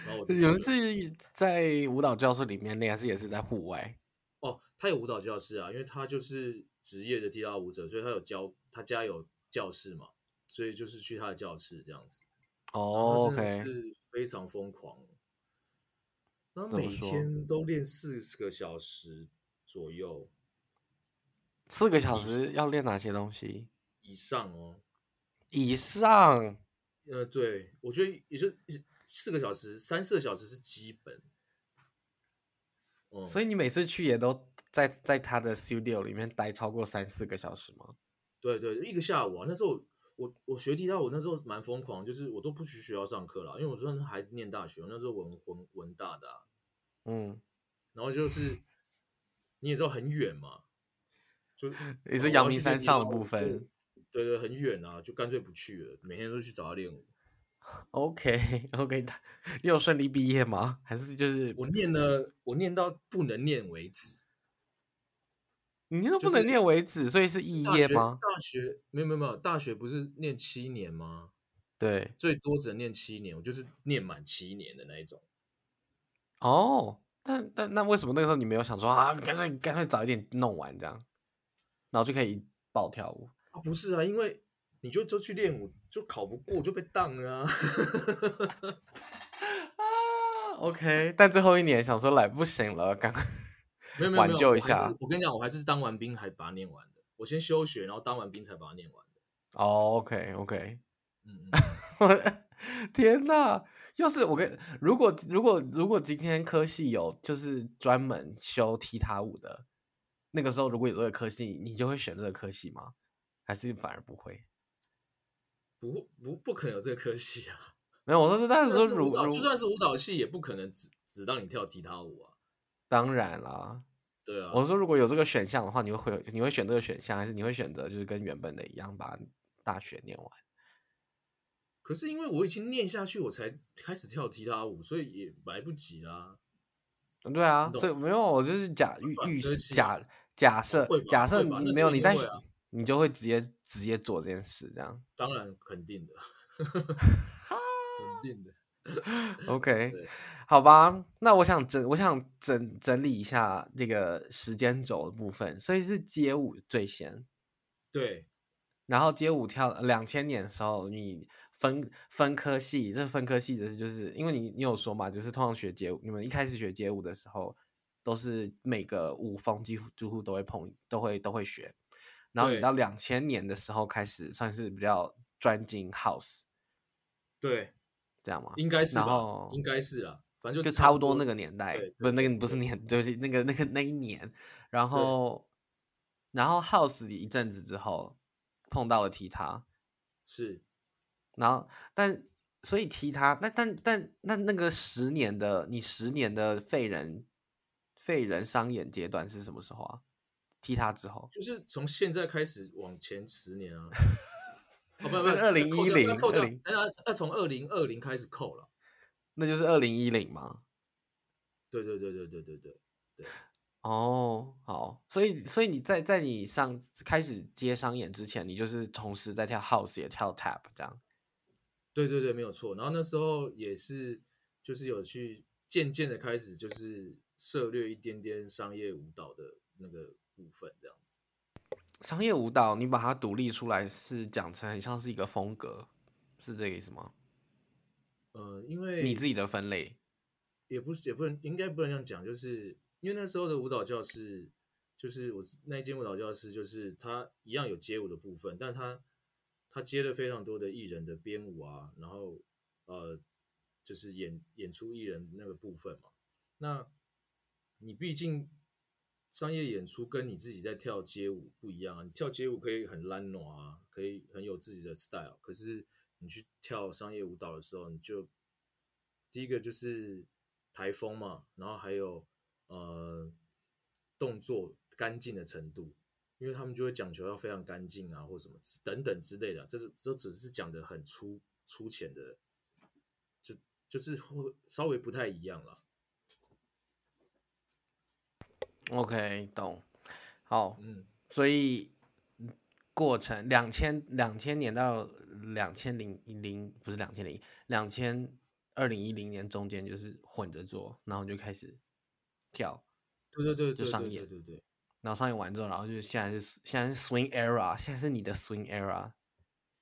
Speaker 1: 然后我就
Speaker 2: 你们
Speaker 1: 去了
Speaker 2: 是在舞蹈教室里面练，还是也是在户外？
Speaker 1: 哦，他有舞蹈教室啊，因为他就是职业的踢踏舞者，所以他有教他家有教室嘛，所以就是去他的教室这样子。
Speaker 2: 哦
Speaker 1: 哦，真的
Speaker 2: ，OK，
Speaker 1: 是非常疯狂。然后
Speaker 2: 怎么
Speaker 1: 每
Speaker 2: 说
Speaker 1: 天都练四十个小时左右
Speaker 2: 四个小时要练哪些东西
Speaker 1: 以上哦。
Speaker 2: 以上？
Speaker 1: 呃，对，我觉得也就四个小时，三四个小时是基本。嗯，
Speaker 2: 所以你每次去也都在在他的 studio 里面待超过三四个小时吗？
Speaker 1: 对对，一个下午啊。那时候我我我学吉他，我那时候蛮疯狂，就是我都不去学校上课了，因为我那时候还念大学，我那时候文文文大的啊、
Speaker 2: 嗯，
Speaker 1: 然后就是 [laughs] 你也知道很远嘛，就哦
Speaker 2: 你说
Speaker 1: 我
Speaker 2: 阳
Speaker 1: 要
Speaker 2: 明
Speaker 1: 去
Speaker 2: 山
Speaker 1: 练吉
Speaker 2: 上
Speaker 1: 他
Speaker 2: 的部
Speaker 1: 我就
Speaker 2: 分
Speaker 1: 对对，很远啊，就干脆不去了，每天都去找他练舞。
Speaker 2: ，OK [laughs] OK，他你有顺利毕业吗？还是就是
Speaker 1: 我念了，我念到不能念为止。
Speaker 2: 你都
Speaker 1: 就
Speaker 2: 不能
Speaker 1: 是
Speaker 2: 念为止，所以是肄
Speaker 1: 大
Speaker 2: 业
Speaker 1: 学
Speaker 2: 吗？
Speaker 1: 大学没有没有没有，大学不是念七年吗？
Speaker 2: 对，
Speaker 1: 最多只能念七年，我就是念满七年的那一种。
Speaker 2: 哦，但但那为什么那个时候你没有想说啊，干脆干脆早一点弄完这样，然后就可以暴跳舞？
Speaker 1: 啊，不是啊，因为你就就去练舞，就考不过就被当了啊。 [laughs]
Speaker 2: 啊，OK，但 [laughs] 最后一年想说来不行了，赶快
Speaker 1: 没有没有没
Speaker 2: 挽
Speaker 1: 有，
Speaker 2: 救
Speaker 1: 我
Speaker 2: 一
Speaker 1: 还
Speaker 2: 下
Speaker 1: 是我跟你讲，我还是当完兵还把它念完的。我先休学，然后当完兵才把它念完的。
Speaker 2: [laughs] 哦，OK OK，
Speaker 1: 嗯嗯。
Speaker 2: [laughs] 天呐！要是我跟如果如果如果今天科系有就是专门修踢踏舞的，那个时候如果有这个科系，你就会选这个科系吗？还是反而不会？
Speaker 1: 不不不可能有这个科系啊！
Speaker 2: 没有，我说但
Speaker 1: 就是
Speaker 2: 说
Speaker 1: 算
Speaker 2: 如
Speaker 1: 舞蹈，
Speaker 2: 如
Speaker 1: 就算是舞蹈系，也不可能只只让你跳踢踏舞啊。
Speaker 2: 当然啦，
Speaker 1: 对啊，
Speaker 2: 我说如果有这个选项的话，你会会你会选这个选项，还是你会选择就是跟原本的一样把大学念完？
Speaker 1: 可是因为我已经念下去，我才开始跳踢踏舞，所以也来不及啦。
Speaker 2: 嗯对啊，
Speaker 1: 懂
Speaker 2: 所以没有，我就是假预
Speaker 1: 转
Speaker 2: 预
Speaker 1: 科
Speaker 2: 示
Speaker 1: 系哦
Speaker 2: 假假设
Speaker 1: 会吧
Speaker 2: 假设
Speaker 1: 会吧
Speaker 2: 你
Speaker 1: 那
Speaker 2: 没
Speaker 1: 时候一
Speaker 2: 有你
Speaker 1: 定
Speaker 2: 在
Speaker 1: 会
Speaker 2: 学
Speaker 1: 啊，
Speaker 2: 你就会直接直接做这件事这样。
Speaker 1: 当然肯定
Speaker 2: [laughs]
Speaker 1: 的，肯定的。
Speaker 2: OK，
Speaker 1: 对
Speaker 2: 好吧，那我想整，我想整整理一下这个时间轴的部分，所以是街舞最先，
Speaker 1: 对，
Speaker 2: 然后街舞跳两千年的时候，你分分科系，这分科系的是就是因为你你有说嘛，就是通常学街舞，你们一开始学街舞的时候，都是每个舞风几乎几乎都会碰，都会都会学，然后你
Speaker 1: 对
Speaker 2: 到两千年的时候开始算是比较专精 house，
Speaker 1: 对，
Speaker 2: 这样吗？
Speaker 1: 应该是
Speaker 2: 然
Speaker 1: 吧
Speaker 2: 后？
Speaker 1: 应该是啦，反正
Speaker 2: 就
Speaker 1: 就
Speaker 2: 差不多
Speaker 1: 多
Speaker 2: 那个年代
Speaker 1: 对，
Speaker 2: 不
Speaker 1: 对
Speaker 2: 是那
Speaker 1: 对
Speaker 2: 个不是
Speaker 1: 对
Speaker 2: 年，就是那个那个那一年，然后然后 House 一阵子之后碰到了踢踏，
Speaker 1: 是
Speaker 2: 然后但所以踢踏，那但但那那个十年的你十年的废人废人商演阶段是什么时候啊？踢踏之后，
Speaker 1: 就是从现在开始往前十年
Speaker 2: [laughs]
Speaker 1: 啊。哦，不不，
Speaker 2: 就是
Speaker 1: 扣掉不要
Speaker 2: 2010
Speaker 1: 扣掉
Speaker 2: 20，
Speaker 1: 那要从二零二零开始扣了。
Speaker 2: 那就是二零一零嘛。
Speaker 1: 对对对对对对对。
Speaker 2: 哦，好，所以所以你在在你上开始接商演之前，你就是同时在跳 House 也跳 Tap 这样。
Speaker 1: 对对对，没有错。然后那时候也是，就是有去渐渐的开始，就是涉略一点点商业舞蹈的那个部分，这样子。
Speaker 2: 商业舞蹈你把它独立出来，是讲成很像是一个风格，是这个意思吗？
Speaker 1: 呃，因为
Speaker 2: 你自己的分类，
Speaker 1: 也不是也不能应该不能这样讲，就是因为那时候的舞蹈教室，就是我那一间舞蹈教室，就是他一样有街舞的部分，但他他接了非常多的艺人的编舞啊，然后呃，就是演演出艺人那个部分嘛。那你毕竟商业演出跟你自己在跳街舞不一样啊，你跳街舞可以很懒暖啊，可以很有自己的 style，可是你去跳商业舞蹈的时候，你就第一个就是台风嘛，然后还有呃动作干净的程度，因为他们就会讲求要非常干净啊，或什么等等之类的，啊这是这只是讲的很粗粗浅的，就就是会稍微不太一样啦。
Speaker 2: OK，懂。好，
Speaker 1: 嗯，
Speaker 2: 所以嗯过程两千两千年到两千零零不是两千零两千二零一零年中间就是混着做，然后就开始跳，
Speaker 1: 对对对
Speaker 2: 就
Speaker 1: 对
Speaker 2: 商
Speaker 1: 对
Speaker 2: 业
Speaker 1: 对对对，
Speaker 2: 然后上演完之后，然后就现在是现在是 swing era，现在是你的 swing era，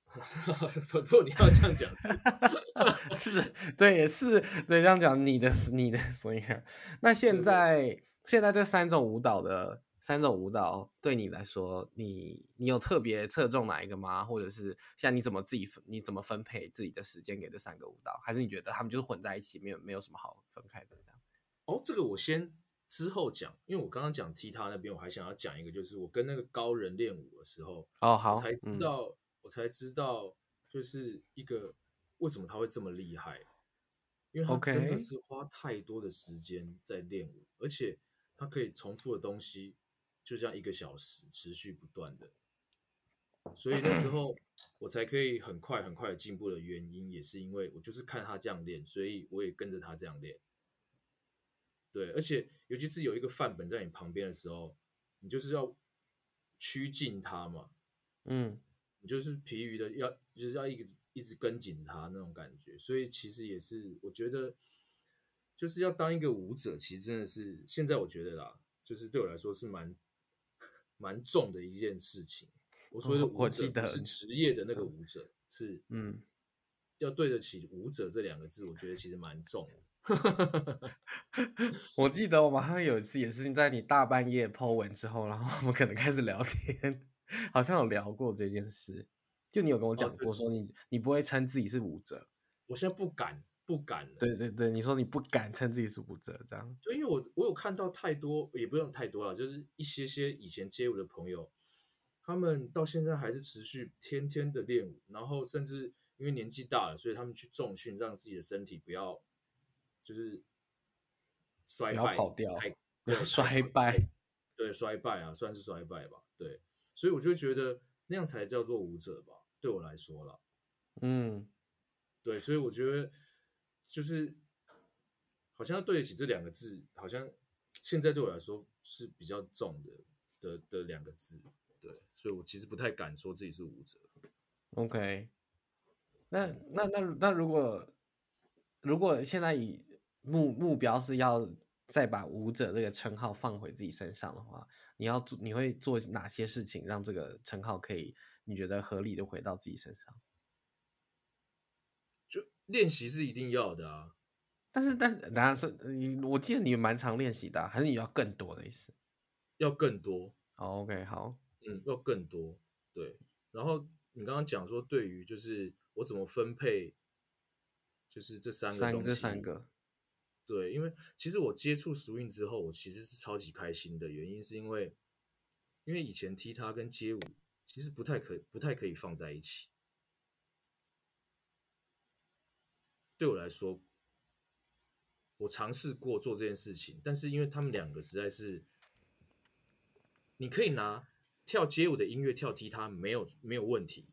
Speaker 1: [laughs] 如果你要这样讲是， [laughs]
Speaker 2: [laughs] 是，对，是，对，这样讲，你的你的 swinger。那现
Speaker 1: 对对
Speaker 2: 在现在这三种舞蹈的三种舞蹈，对你来说，你你有特别侧重哪一个吗？或者是像你怎么自己分你怎么分配自己的时间给这三个舞蹈？还是你觉得他们就是混在一起，没有没有什么好分开的这样？
Speaker 1: 哦，这个我先之后讲，因为我刚刚讲踢踏那边，我还想要讲一个，就是我跟那个高人练舞的时候，
Speaker 2: 哦，
Speaker 1: 我
Speaker 2: 好，
Speaker 1: 才知
Speaker 2: 嗯
Speaker 1: 道，我才知道，就是一个为什么他会这么厉害，因为他
Speaker 2: OK
Speaker 1: 真的是花太多的时间在练舞，而且他可以重复的东西，就像一个小时持续不断的，所以那时
Speaker 2: [clears throat]
Speaker 1: 候我才可以很快很快的进步的原因，也是因为我就是看他这样练，所以我也跟着他这样练。对，而且尤其是有一个范本在你旁边的时候，你就是要趋近他嘛，
Speaker 2: 嗯，
Speaker 1: 你就是疲于的要就是要一直一直跟紧他那种感觉，所以其实也是我觉得就是要当一个舞者，其实真的是现在我觉得啦，就是对我来说是蛮蛮重的一件事情。我所谓的
Speaker 2: 哦我
Speaker 1: 舞者
Speaker 2: 记得
Speaker 1: 不是职业的那个舞者，是
Speaker 2: 嗯
Speaker 1: 要对得起舞者这两个字，我觉得其实蛮重的。
Speaker 2: 我记得我们好像有一次也是在你大半夜 Po 文之后，然后我们可能开始聊天， [laughs] 好像有聊过这件事。就你有跟我讲
Speaker 1: 哦对
Speaker 2: 过，说你你不会称自己是舞者，
Speaker 1: 我现在不敢不敢了，
Speaker 2: 对对对，你说你不敢称自己是舞者，这样，
Speaker 1: 就因为我我有看到太多，也不用太多了，就是一些些以前街舞的朋友，他们到现在还是持续天天的练舞，然后甚至因为年纪大了，所以他们去重训，让自己的身体不要就是衰
Speaker 2: 不要
Speaker 1: 败
Speaker 2: 跑掉
Speaker 1: 太
Speaker 2: [laughs] 不要
Speaker 1: 对
Speaker 2: 衰
Speaker 1: 太
Speaker 2: 败。
Speaker 1: 对衰败啊，算是衰败吧，对，所以我就觉得那样才叫做舞者吧，对我来说啦。
Speaker 2: 嗯，
Speaker 1: 对，所以我觉得就是好像要对得起这两个字，好像现在对我来说是比较重的的的两个字。对，所以我其实不太敢说自己是舞者。
Speaker 2: OK，那那那那如果如果现在以目目标是要再把舞者这个称号放回自己身上的话，你要做你会做哪些事情让这个称号可以你觉得合理的回到自己身上？
Speaker 1: 就练习是一定要的啊，
Speaker 2: 但是但是当然是你，我记得你蛮常练习的啊、还是你要更多的意思？
Speaker 1: 要更多，
Speaker 2: 哦，OK，好，
Speaker 1: 嗯，要更多。对，然后你刚刚讲说，对于就是我怎么分配，就是这三个
Speaker 2: 三
Speaker 1: 东西，
Speaker 2: 这三个，
Speaker 1: 对，因为其实我接触 swing 之后，我其实是超级开心的，原因是因为因为以前踢踏跟街舞其实不太可不太可以放在一起，对我来说，我尝试过做这件事情，但是因为他们两个实在是，你可以拿跳街舞的音乐跳踢踏没有没有问题，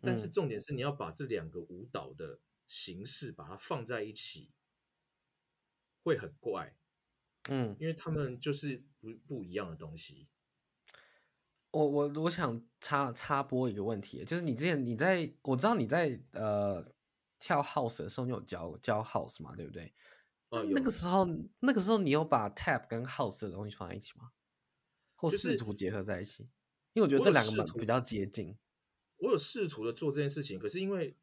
Speaker 1: 但是
Speaker 2: 嗯
Speaker 1: 重点是你要把这两个舞蹈的形式把它放在一起，会很怪，
Speaker 2: 嗯，
Speaker 1: 因为他们就是不不一样的东西。
Speaker 2: 我我我想插插播一个问题，就是你之前你在我知道你在呃跳 house 的时候，你有教教 house 嘛，对不对？
Speaker 1: 哦，
Speaker 2: 那个
Speaker 1: 有
Speaker 2: 时候，那个时候你有把 tap 跟 house 的东西放在一起吗？或
Speaker 1: 就
Speaker 2: 试
Speaker 1: 是
Speaker 2: 图结合在一起？因为我觉得
Speaker 1: 我
Speaker 2: 这
Speaker 1: 有
Speaker 2: 两个
Speaker 1: 试
Speaker 2: 门
Speaker 1: 图
Speaker 2: 比较接近。
Speaker 1: 我有试图的做这件事情，可是因为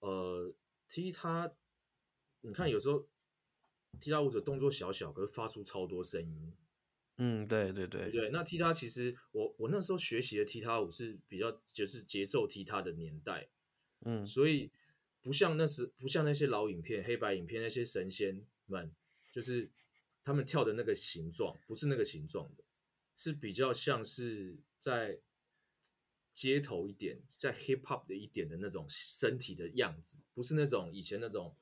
Speaker 1: 呃踢他，你看有时候踢踏舞者动作小小，可是发出超多声音，
Speaker 2: 嗯，对对
Speaker 1: 对
Speaker 2: 对
Speaker 1: 不，对？那踢踏其实我我那时候学习的踢踏舞是比较就是节奏踢踏的年代，
Speaker 2: 嗯
Speaker 1: 所以不像那时不像那些老影片、黑白影片那些神仙们，就是他们跳的那个形状，不是那个形状的，是比较像是在街头一点，在 hip hop 的一点的那种身体的样子，不是那种以前那种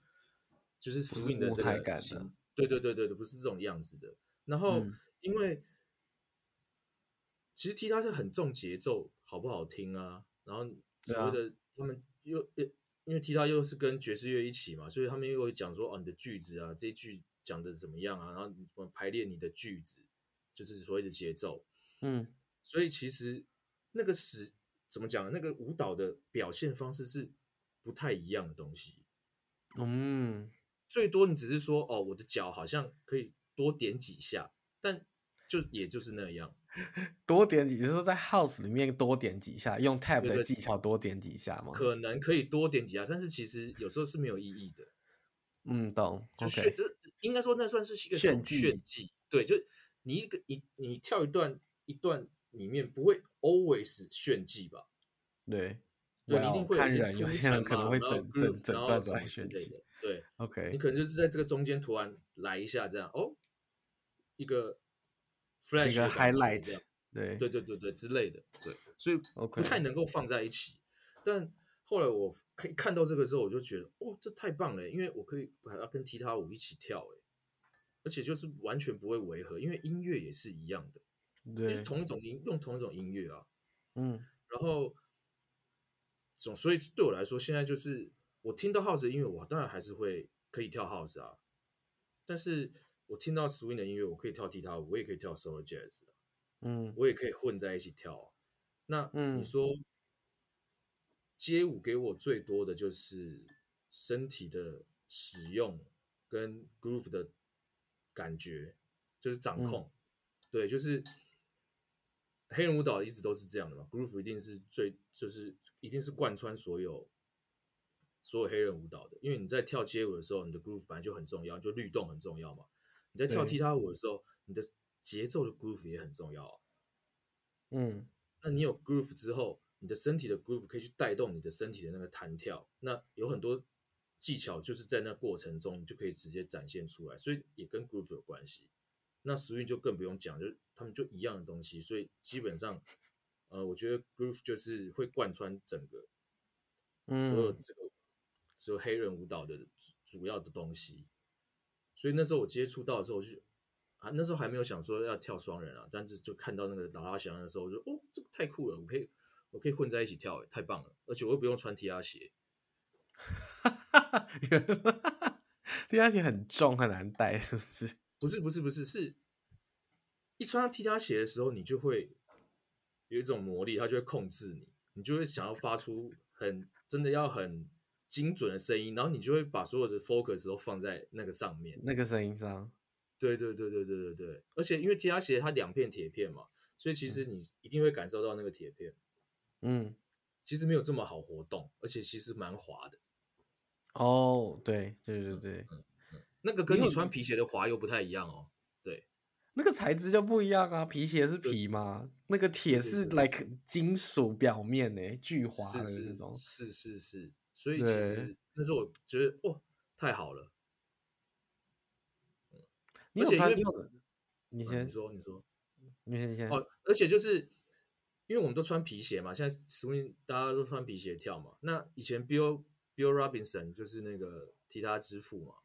Speaker 1: 就是 swing 的
Speaker 2: 舞
Speaker 1: 这
Speaker 2: 台
Speaker 1: 个
Speaker 2: 感的
Speaker 1: 形，对对对对对，不是这种样子的。然后
Speaker 2: 嗯
Speaker 1: 因为、其实踢踏是很重节奏，好不好听啊？然后
Speaker 2: 对
Speaker 1: 所
Speaker 2: 啊
Speaker 1: 谓的他们又又因为踢踏又是跟爵士乐一起嘛，所以他们又会讲说哦你的句子啊，这一句讲的怎么样啊，然后你怎么排列你的句子，就是所谓的节奏。
Speaker 2: 嗯，
Speaker 1: 所以其实那个使怎么讲呢，那个舞蹈的表现方式是不太一样的东西。
Speaker 2: 嗯，
Speaker 1: 最多你只是说哦，我的脚好像可以多点几下，但就也就是那样。
Speaker 2: 多点几，就是说在 house 里面多点几下，用 tap
Speaker 1: 对
Speaker 2: 的
Speaker 1: 对
Speaker 2: 技巧多点几下吗？
Speaker 1: 可能可以多点几下，但是其实有时候是没有意义的。
Speaker 2: 嗯，懂。
Speaker 1: 就炫
Speaker 2: OK，
Speaker 1: 这应该说那算是一个
Speaker 2: 炫
Speaker 1: 种
Speaker 2: 技
Speaker 1: 炫技。对，就你一个你你跳一段一段里面不会 always 炫技吧？
Speaker 2: 对。
Speaker 1: 对，你一定
Speaker 2: Well，
Speaker 1: 会有
Speaker 2: 看
Speaker 1: 一些
Speaker 2: 人，有
Speaker 1: 铺
Speaker 2: 些人
Speaker 1: 陈
Speaker 2: 可能
Speaker 1: 嘛
Speaker 2: 会
Speaker 1: 然后
Speaker 2: 整
Speaker 1: groove，
Speaker 2: 整整
Speaker 1: 然
Speaker 2: 段
Speaker 1: 后
Speaker 2: 都
Speaker 1: 什
Speaker 2: 在
Speaker 1: 么之
Speaker 2: 炫
Speaker 1: 类
Speaker 2: 技。
Speaker 1: 的。对，你
Speaker 2: OK，
Speaker 1: 可能就是在这个中间突然来一下这样哦，一个 flash
Speaker 2: 一个
Speaker 1: 的感觉这
Speaker 2: highlight，
Speaker 1: 样
Speaker 2: 对
Speaker 1: 对对对对之类的，对，所以不
Speaker 2: OK
Speaker 1: 太能够放在一起。但后来我看看到这个之后，我就觉得，哦，这太棒了，因为我可以把它跟踢踏舞一起跳，哎，而且就是完全不会违和，因为音乐也是一样的，也是
Speaker 2: 对，
Speaker 1: 同一种音，用同一种音乐啊。
Speaker 2: 嗯
Speaker 1: 然后总所以对我来说，现在就是我听到 house 的音乐，我当然还是会可以跳 house 啊，但是我听到 swing 的音乐，我可以跳踢踏舞，我也可以跳 solo jazz 啊
Speaker 2: 嗯
Speaker 1: 我也可以混在一起跳啊。那
Speaker 2: 嗯
Speaker 1: 你说、街舞给我最多的就是身体的使用跟 groove 的感觉，就是
Speaker 2: 嗯
Speaker 1: 掌控。对，就是黑人舞蹈一直都是这样的嘛，groove 一定是最就是一定是贯穿所有。所有黑人舞蹈的，因为你在跳街舞的时候，你的 groove 本来就很重要，就律动很重要嘛。你在跳
Speaker 2: 对
Speaker 1: 踢踏舞的时候，你的节奏的 groove 也很重要啊、
Speaker 2: 嗯
Speaker 1: 那你有 groove 之后，你的身体的 groove 可以去带动你的身体的那个弹跳。那有很多技巧就是在那过程中，你就可以直接展现出来，所以也跟 groove 有关系。那 swing 就更不用讲，就是他们就一样的东西，所以基本上，呃，我觉得 groove 就是会贯穿整个所有
Speaker 2: 嗯
Speaker 1: 这个所有黑人舞蹈的主主要的东西。所以那时候我接触到的时候，我就啊那时候还没有想说要跳双人啊，但是就看到那个达拉翔的时候，我就哦这个太酷了，我可以我可以混在一起跳、欸，太棒了，而且我又不用穿踢踏鞋。
Speaker 2: 原 [laughs] 来第二鞋很重，很难带，是不是？
Speaker 1: 不是不是不是，是一穿上踢踏鞋的时候，你就会有一种魔力，它就会控制你，你就会想要发出很真的要很精准的声音，然后你就会把所有的 focus 都放在那个上面。
Speaker 2: 那个声音上，
Speaker 1: 对对对对对对对，而且因为踢踏鞋它两片铁片嘛，所以其实你一定会感受到那个铁片，
Speaker 2: 嗯，
Speaker 1: 其实没有这么好活动，而且其实蛮滑的。
Speaker 2: 哦，对对
Speaker 1: 嗯
Speaker 2: 对对，
Speaker 1: 那个跟
Speaker 2: 你
Speaker 1: 你
Speaker 2: 有
Speaker 1: 穿皮鞋的滑又不太一样哦。
Speaker 2: 那个材质就不一样啊，皮鞋是
Speaker 1: 对
Speaker 2: 皮嘛，那个铁
Speaker 1: 对
Speaker 2: 是
Speaker 1: 对
Speaker 2: like 金属表面呢、巨滑的
Speaker 1: 是
Speaker 2: 那种，
Speaker 1: 是是是，所以其
Speaker 2: 对
Speaker 1: 实那时候我觉得哇，太好了。
Speaker 2: 你
Speaker 1: 而
Speaker 2: 有
Speaker 1: 且因
Speaker 2: 穿？
Speaker 1: 为
Speaker 2: 你有？你
Speaker 1: 嗯
Speaker 2: 先
Speaker 1: 你，说你说
Speaker 2: 你先，你先。
Speaker 1: 哦，而且就是因为我们都穿皮鞋嘛，现在 swing 大家都穿皮鞋跳嘛。那以前 Bill Bill Robinson 就是那个踢踏之父嘛，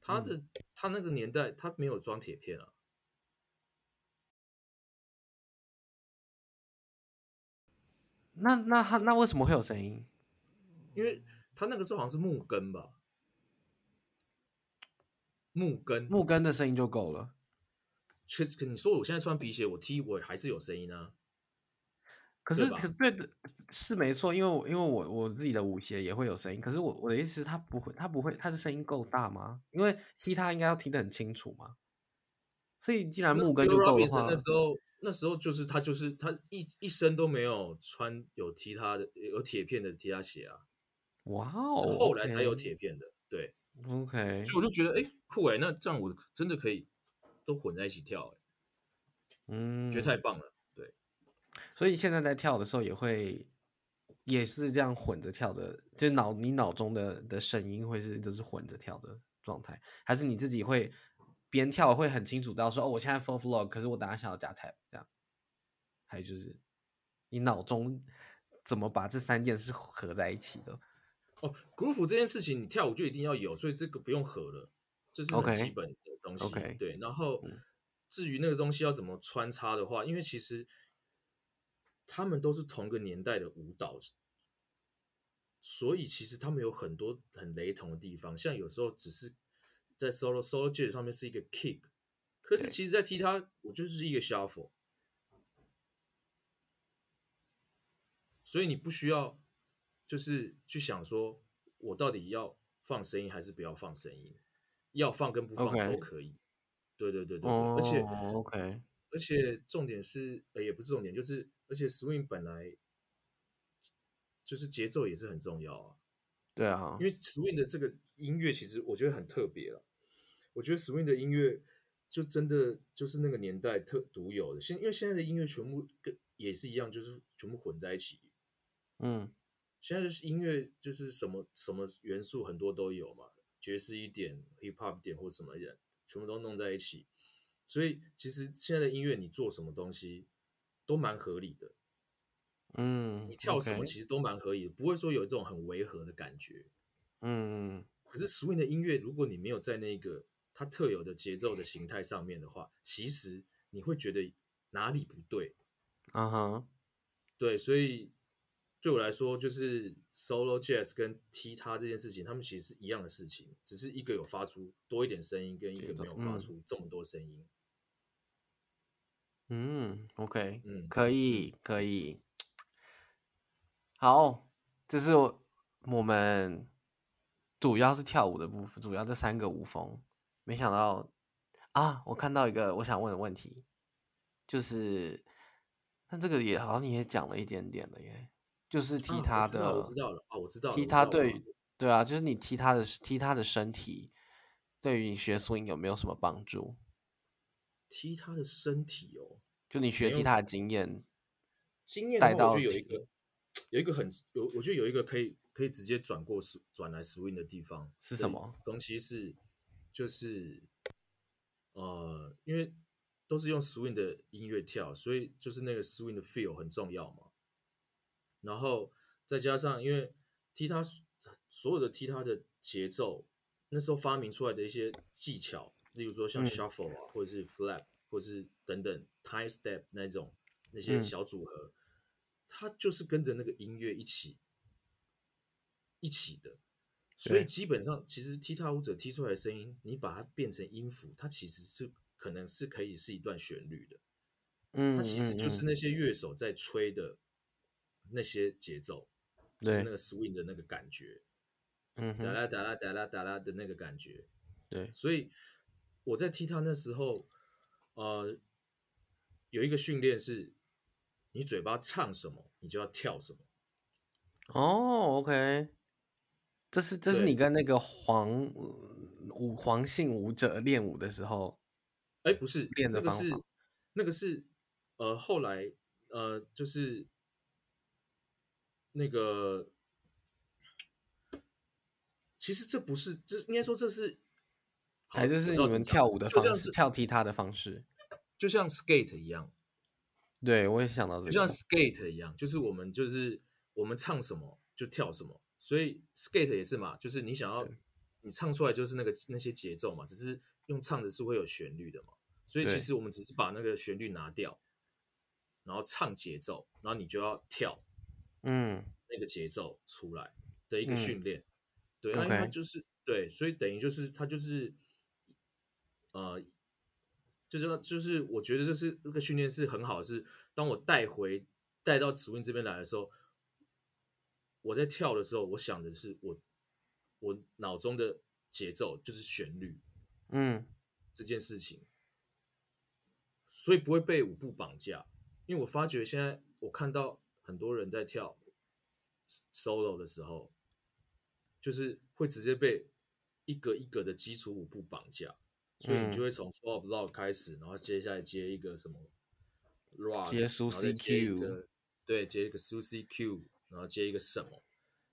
Speaker 1: 他
Speaker 2: 嗯
Speaker 1: 的、他那个年代他没有装铁片啊，
Speaker 2: 那那他那为什么会有声音？
Speaker 1: 因为他那个时候好像是木根吧，木根。
Speaker 2: 木根的声音就够了。
Speaker 1: 确实，你说我现在穿皮鞋，我踢我还是有声音啊。
Speaker 2: 可
Speaker 1: 对
Speaker 2: 是
Speaker 1: 吧
Speaker 2: 可对的是没错，因为我因为我我自己的舞鞋也会有声音，可是我我的意思是它不会，它不会，它的声音够大吗？因为踢它应该要听得很清楚嘛。所以既然
Speaker 1: 那
Speaker 2: 木根
Speaker 1: Bill
Speaker 2: 就够的
Speaker 1: Robinson
Speaker 2: 话
Speaker 1: 那，时候那时候就是他就是他一一身都没有穿有踢他的有铁片的踢他鞋啊，
Speaker 2: 哇
Speaker 1: 是
Speaker 2: 哦，
Speaker 1: 后来才有
Speaker 2: OK
Speaker 1: 铁。片的。对，
Speaker 2: OK，
Speaker 1: 所以我就觉得哎酷哎，那这样我真的可以都混在一起跳哎，
Speaker 2: 嗯，
Speaker 1: 觉得太棒了。
Speaker 2: 所以现在在跳的时候也会，也是这样混着跳的，就脑你脑中的的声音会是就是混着跳的状态，还是你自己会边跳会很清楚到说哦，我现在 full flow，可是我等下想要加 tap 这样，还有就是你脑中怎么把这三件事合在一起的？
Speaker 1: 哦，groove 这件事情你跳舞就一定要有，所以这个不用合了，这是
Speaker 2: OK
Speaker 1: 很基本的东西。
Speaker 2: OK
Speaker 1: 对，然后
Speaker 2: 嗯
Speaker 1: 至于那个东西要怎么穿插的话，因为其实他们都是同个年代的舞蹈，所以其实他们有很多很雷同的地方。像有时候只是在 solo solo jazz 上面是一个 kick，可是
Speaker 2: 对
Speaker 1: 其实在踢它，我就是一个 shuffle。所以你不需要就是去想说我到底要放声音还是不要放声音，要放跟不放
Speaker 2: OK
Speaker 1: 都可以。对对对对对，
Speaker 2: 哦
Speaker 1: 而且
Speaker 2: ，OK，
Speaker 1: 而且重点是，呃，也不是重点，就是而且 swing 本来就是节奏也是很重要啊，
Speaker 2: 对啊
Speaker 1: 因，为 swing 的这个音乐其实我觉得很特别了，我觉得 swing 的音乐就真的就是那个年代特独有的，现因为现在的音乐全部跟也是一样，就是全部混在一起，
Speaker 2: 嗯
Speaker 1: 现在是音乐就是什么什么元素很多都有嘛，爵士一点、hip hop 一点或什么一点，全部都弄在一起。所以其实现在的音乐你做什么东西都蛮合理的，
Speaker 2: 嗯，
Speaker 1: 你跳什么
Speaker 2: OK，
Speaker 1: 其实都蛮合理的，不会说有这种很违和的感觉。
Speaker 2: 嗯。
Speaker 1: 可是 swing 的音乐，如果你没有在那个它特有的节奏的形态上面的话，其实你会觉得哪里不对，
Speaker 2: 啊哈，
Speaker 1: 对，所以对我来说，就是 solo jazz 跟踢踏这件事情，他们其实是一样的事情，只是一个有发出多一点声音，跟一
Speaker 2: 节
Speaker 1: 个
Speaker 2: 奏
Speaker 1: 没有发
Speaker 2: 嗯
Speaker 1: 出这么多声音。
Speaker 2: 嗯，OK，
Speaker 1: 嗯，
Speaker 2: 可以，可以，好，这是我我们主要是跳舞的部分，主要这三个舞风。没想到啊，我看到一个我想问的问题，就是，但这个也好像你也讲了一点点了耶，就是
Speaker 1: 啊
Speaker 2: 踢
Speaker 1: 我
Speaker 2: 他
Speaker 1: 知道了我
Speaker 2: 的，
Speaker 1: 知道了啊，我知道了
Speaker 2: 踢
Speaker 1: 我知
Speaker 2: 他
Speaker 1: 道我知
Speaker 2: 对
Speaker 1: 道
Speaker 2: 对啊，就是你踢他的踢他的身体，对于你学 swing 有没有什么帮助？
Speaker 1: 踢踏的身体哦，
Speaker 2: 就你学
Speaker 1: 没
Speaker 2: 踢
Speaker 1: 有
Speaker 2: 他的经验。
Speaker 1: 经验
Speaker 2: 带
Speaker 1: 的话，我
Speaker 2: 到
Speaker 1: 觉得有
Speaker 2: 体
Speaker 1: 一个有一个很有，我觉得有一个可以可以直接转过 sw- 转来 swing 的地方
Speaker 2: 是
Speaker 1: 的
Speaker 2: 什么
Speaker 1: 东西是就是呃，因为都是用 swing 的音乐跳，所以就是那个 swing 的 feel 很重要嘛。然后再加上因为踢踏所有的踢踏的节奏，那时候发明出来的一些技巧，例如说像
Speaker 2: 嗯
Speaker 1: shuffle 啊，或者是 flap，或者是等等 time step 那种那些
Speaker 2: 嗯
Speaker 1: 小组合，它就是跟着那个音乐一起一起的。所以
Speaker 2: 对
Speaker 1: 基本上，其实踢踏舞者踢出来的声音，你把它变成音符，它其实是可能是可以是一段旋律的。
Speaker 2: 嗯，
Speaker 1: 它其实就
Speaker 2: 嗯
Speaker 1: 是那些乐手在吹的那些节奏，就是
Speaker 2: 对
Speaker 1: 那个 swing 的那个感觉，
Speaker 2: 嗯
Speaker 1: 哒
Speaker 2: 哼，
Speaker 1: 啦哒啦哒啦哒啦的那个感觉。
Speaker 2: 对，
Speaker 1: 所以我在踢踏那时候，呃，有一个训练是，你嘴巴唱什么，你就要跳什么。
Speaker 2: 哦，OK，这是这是你
Speaker 1: 对
Speaker 2: 跟那个黄舞黄姓舞者练舞的时候，
Speaker 1: 哎，不是，
Speaker 2: 练的
Speaker 1: 那个
Speaker 2: 方
Speaker 1: 是
Speaker 2: 法
Speaker 1: 那个是呃，后来呃，就是那个，其实这不是，这应该说这是，好
Speaker 2: 还就
Speaker 1: 我
Speaker 2: 是
Speaker 1: 知
Speaker 2: 你
Speaker 1: 道怎
Speaker 2: 们
Speaker 1: 么讲
Speaker 2: 跳舞的
Speaker 1: 就
Speaker 2: 方
Speaker 1: 像
Speaker 2: 式，
Speaker 1: 是
Speaker 2: 跳踢踏的方式。
Speaker 1: 就像 skate 一样，
Speaker 2: 对，我也想到这
Speaker 1: 就像
Speaker 2: 个。
Speaker 1: skate 一样，就是我们就是我们唱什么就跳什么，所以 skate 也是嘛，就是你想要你唱出来就是那个那些节奏嘛，只是用唱的是会有旋律的嘛，所以
Speaker 2: 对
Speaker 1: 其实我们只是把那个旋律拿掉，然后唱节奏，然后你就要跳
Speaker 2: 嗯，
Speaker 1: 那个节奏出来的一个
Speaker 2: 嗯
Speaker 1: 训练，对，那因
Speaker 2: OK
Speaker 1: 为它就是对，所以等于就是它就是呃就是就是我觉得这是这个训练是很好的是，当我带回带到 swing 这边来的时候，我在跳的时候，我想的是我我脑中的节奏就是旋律
Speaker 2: 嗯
Speaker 1: 这件事情，所以不会被舞步绑架。因为我发觉现在我看到很多人在跳 solo 的时候，就是会直接被一个一个的基础舞步绑架，所以你就
Speaker 2: 嗯
Speaker 1: 会从 f o r b log 开始，然后接下来接一个什么 rock，
Speaker 2: 接
Speaker 1: 然后再
Speaker 2: Suzy
Speaker 1: 接一
Speaker 2: Q
Speaker 1: 个对，接一个 Susie Q，然后接一个什么，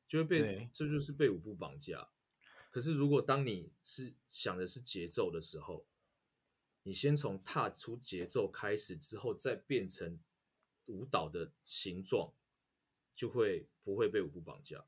Speaker 1: 就会
Speaker 2: 对
Speaker 1: 被这就是被舞步绑架。可是如果当你是想的是节奏的时候，你先从踏出节奏开始之后，再变成舞蹈的形状，就会不会被舞步绑架。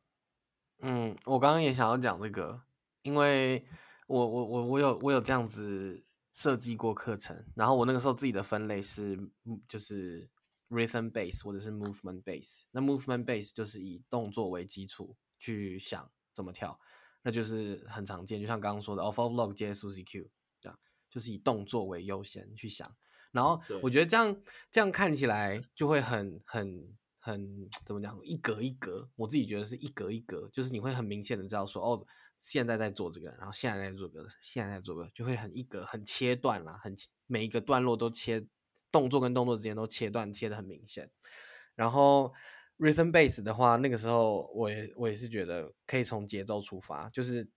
Speaker 2: 嗯，我刚刚也想要讲这个，因为我我我我有我有这样子设计过课程，然后我那个时候自己的分类是嗯就是 rhythm base 或者是 movement base，那 movement base 就是以动作为基础去想怎么跳，那就是很常见，就像刚刚说的 off of log 接 Susie Q 这样，就是以动作为优先去想。然后
Speaker 1: 对
Speaker 2: 我觉得这样这样看起来就会很很很怎么讲，一格一格，我自己觉得是一格一格，就是你会很明显的知道说，哦，现在在做这个，然后现在在做这个，现在在做这个，就会很一格很切断啦，很切每一个段落都切动作跟动作之间都切断，切的很明显。然后 rhythm base 的话，那个时候我也我也是觉得可以从节奏出发，就是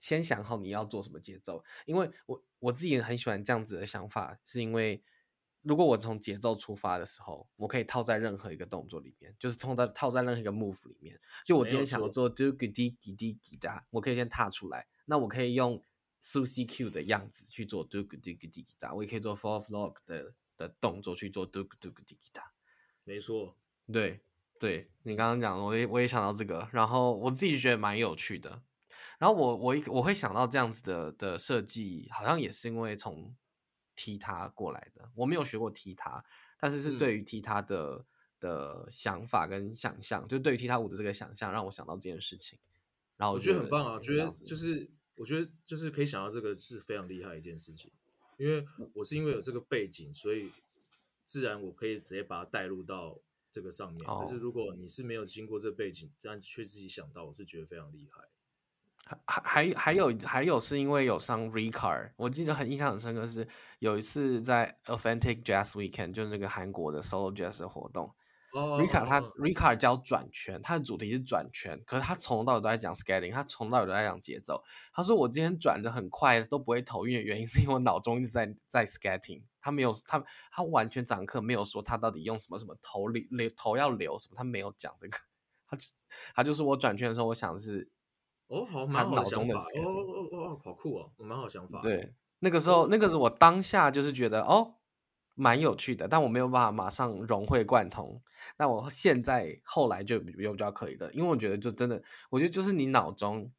Speaker 2: 先想好你要做什么节奏，因为我我自己很喜欢这样子的想法，是因为如果我从节奏出发的时候，我可以套在任何一个动作里面，就是套在套在任何一个 move 里面。就我
Speaker 1: 没
Speaker 2: 今
Speaker 1: 有
Speaker 2: 天想要
Speaker 1: 错
Speaker 2: 做 do g di di di di da，我可以先踏出来，那我可以用 Susie Q 的样子去做 do g di di di di da，我也可以做 four log 的的动作去做 do g do g di di da。
Speaker 1: 没错，
Speaker 2: 对，对你刚刚讲的，我也我也想到这个，然后我自己觉得蛮有趣的。然后我我一我会想到这样子的的设计，好像也是因为从踢踏过来的。我没有学过踢踏，但是是
Speaker 1: 嗯
Speaker 2: 对于踢踏的、的想法跟想象，就对于踢踏舞的这个想象，让我想到这件事情。然后
Speaker 1: 我觉
Speaker 2: 觉
Speaker 1: 得很棒啊！我
Speaker 2: 这
Speaker 1: 觉得
Speaker 2: 样子
Speaker 1: 就是，我觉得就是可以想到这个是非常厉害的一件事情，因为
Speaker 2: 嗯
Speaker 1: 我是因为有这个背景，所以自然我可以直接把它带入到这个上面。可
Speaker 2: 哦
Speaker 1: 是如果你是没有经过这背景，但却自己想到，我是觉得非常厉害。
Speaker 2: 还还还有还有是因为有上 Recar，我记得很印象很深刻是有一次在 Authentic Jazz Weekend，就是那个韩国的 Solo Jazz 的活动
Speaker 1: 哦
Speaker 2: ，Recar 他
Speaker 1: 哦哦
Speaker 2: Recar 教转圈，他的主题是转圈，可是他从头到尾都在讲 scaling，他从头到尾都在讲节奏。他说我今天转的很快都不会头晕的原因是因为我脑中一直在在 skating，他没有他他完全讲课没有说他到底用什么什么头里留头要留什么，他没有讲这个， [laughs] 他就他就是我转圈的时候，我想的是
Speaker 1: 哦，好，
Speaker 2: 他
Speaker 1: 蛮好
Speaker 2: 脑
Speaker 1: 的想
Speaker 2: 中的
Speaker 1: 法，
Speaker 2: 写
Speaker 1: 哦
Speaker 2: 着
Speaker 1: 哦哦哦，好酷哦，蛮好想法。，
Speaker 2: 对，那个时候，那个时候我当下就是觉得哦，蛮有趣的，但我没有办法马上融会贯通。但我现在后来就比比较可以了，因为我觉得就真的，我觉得就是你脑中，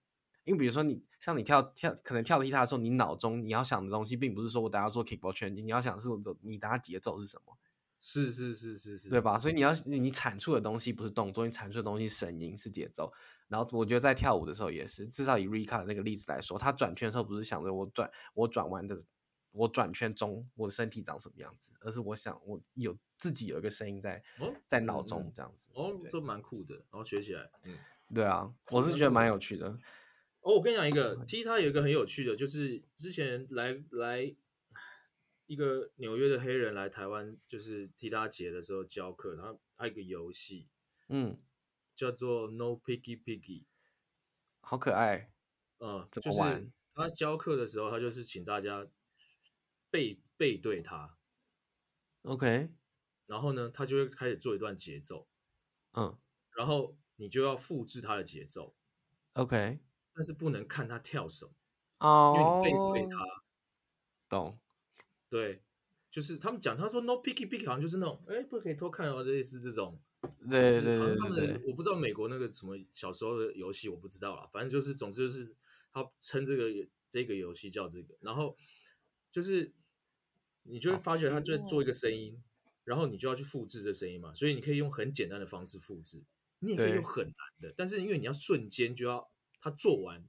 Speaker 2: 因为比如说你像你跳跳，可能跳踢踏的时候，你脑中你要想的东西，并不是说我等下做 kickball 圈，你要想的是我走，你等下节奏是什么。
Speaker 1: 是是是是是，
Speaker 2: 对？吧？所以你要你你产出的东西不是动作，你产出的东西是声音是节奏。然后我觉得在跳舞的时候也是，至少以 Rika 的那个例子来说，他转圈的时候不是想着我转我转弯的我转圈中我的身体长什么样子，而是我想我有自己有一个声音在
Speaker 1: 哦，
Speaker 2: 在脑
Speaker 1: 嗯
Speaker 2: 中
Speaker 1: 嗯
Speaker 2: 这样子。
Speaker 1: 哦，
Speaker 2: 对
Speaker 1: 这蛮酷的，然后学起来，嗯。
Speaker 2: 对啊，我是觉得蛮有趣的。
Speaker 1: 哦，我跟你讲一个，T
Speaker 2: 嗯
Speaker 1: 他有一个很有趣的，就是之前来来一个纽约的黑人来台湾，就是踢他节的时候教课，他他有一个游戏
Speaker 2: 嗯，
Speaker 1: 叫做 No Piggy Piggy，
Speaker 2: 好可爱。
Speaker 1: 嗯，
Speaker 2: 怎
Speaker 1: 就
Speaker 2: 么玩
Speaker 1: 是他教课的时候，他就是请大家背背对他，
Speaker 2: OK，
Speaker 1: 然后呢，他就会开始做一段节奏，
Speaker 2: 嗯
Speaker 1: 然后你就要复制他的节奏，
Speaker 2: ，OK，
Speaker 1: 但是不能看他跳什么，因
Speaker 2: 哦，
Speaker 1: 为你背对他，
Speaker 2: 懂。
Speaker 1: 对，就是他们讲，他说 no picky picky，好像就是那种，哎，不可以偷看哦，类似这种。就
Speaker 2: 对
Speaker 1: 是
Speaker 2: 对
Speaker 1: 好像
Speaker 2: 对
Speaker 1: 他
Speaker 2: 对
Speaker 1: 们
Speaker 2: 对，
Speaker 1: 我不知道美国那个什么小时候的游戏，我不知道啦。反正就是，总之就是他称这个这个游戏叫这个，然后就是你就会发觉他在做一个声音，然后你就要去复制这声音嘛。所以你可以用很简单的方式复制，你也可以
Speaker 2: 对
Speaker 1: 用很难的，但是因为你要瞬间就要他做完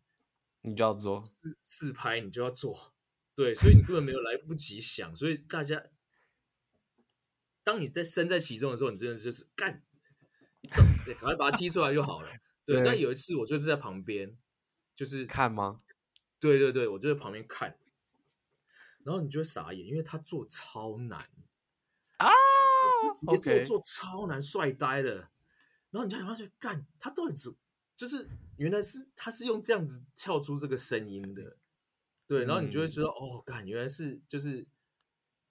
Speaker 2: 你就要做。
Speaker 1: 四四拍，你就要做，对，所以你根本没有来不及想，所以大家当你在身在其中的时候，你真的就是干，对赶快把他踢出来就好了。对，
Speaker 2: 对
Speaker 1: 但有一次我就是在旁边，就是
Speaker 2: 看吗？
Speaker 1: 对对对，我就在旁边看，然后你就会傻眼，因为他做超难，
Speaker 2: 啊
Speaker 1: 也做
Speaker 2: ，OK，
Speaker 1: 做超难，帅呆了。然后你就发现，干他到底怎，就是原来是他是用这样子跳出这个声音的，对，然后你
Speaker 2: 嗯
Speaker 1: 就会觉得，哦，干原来是就是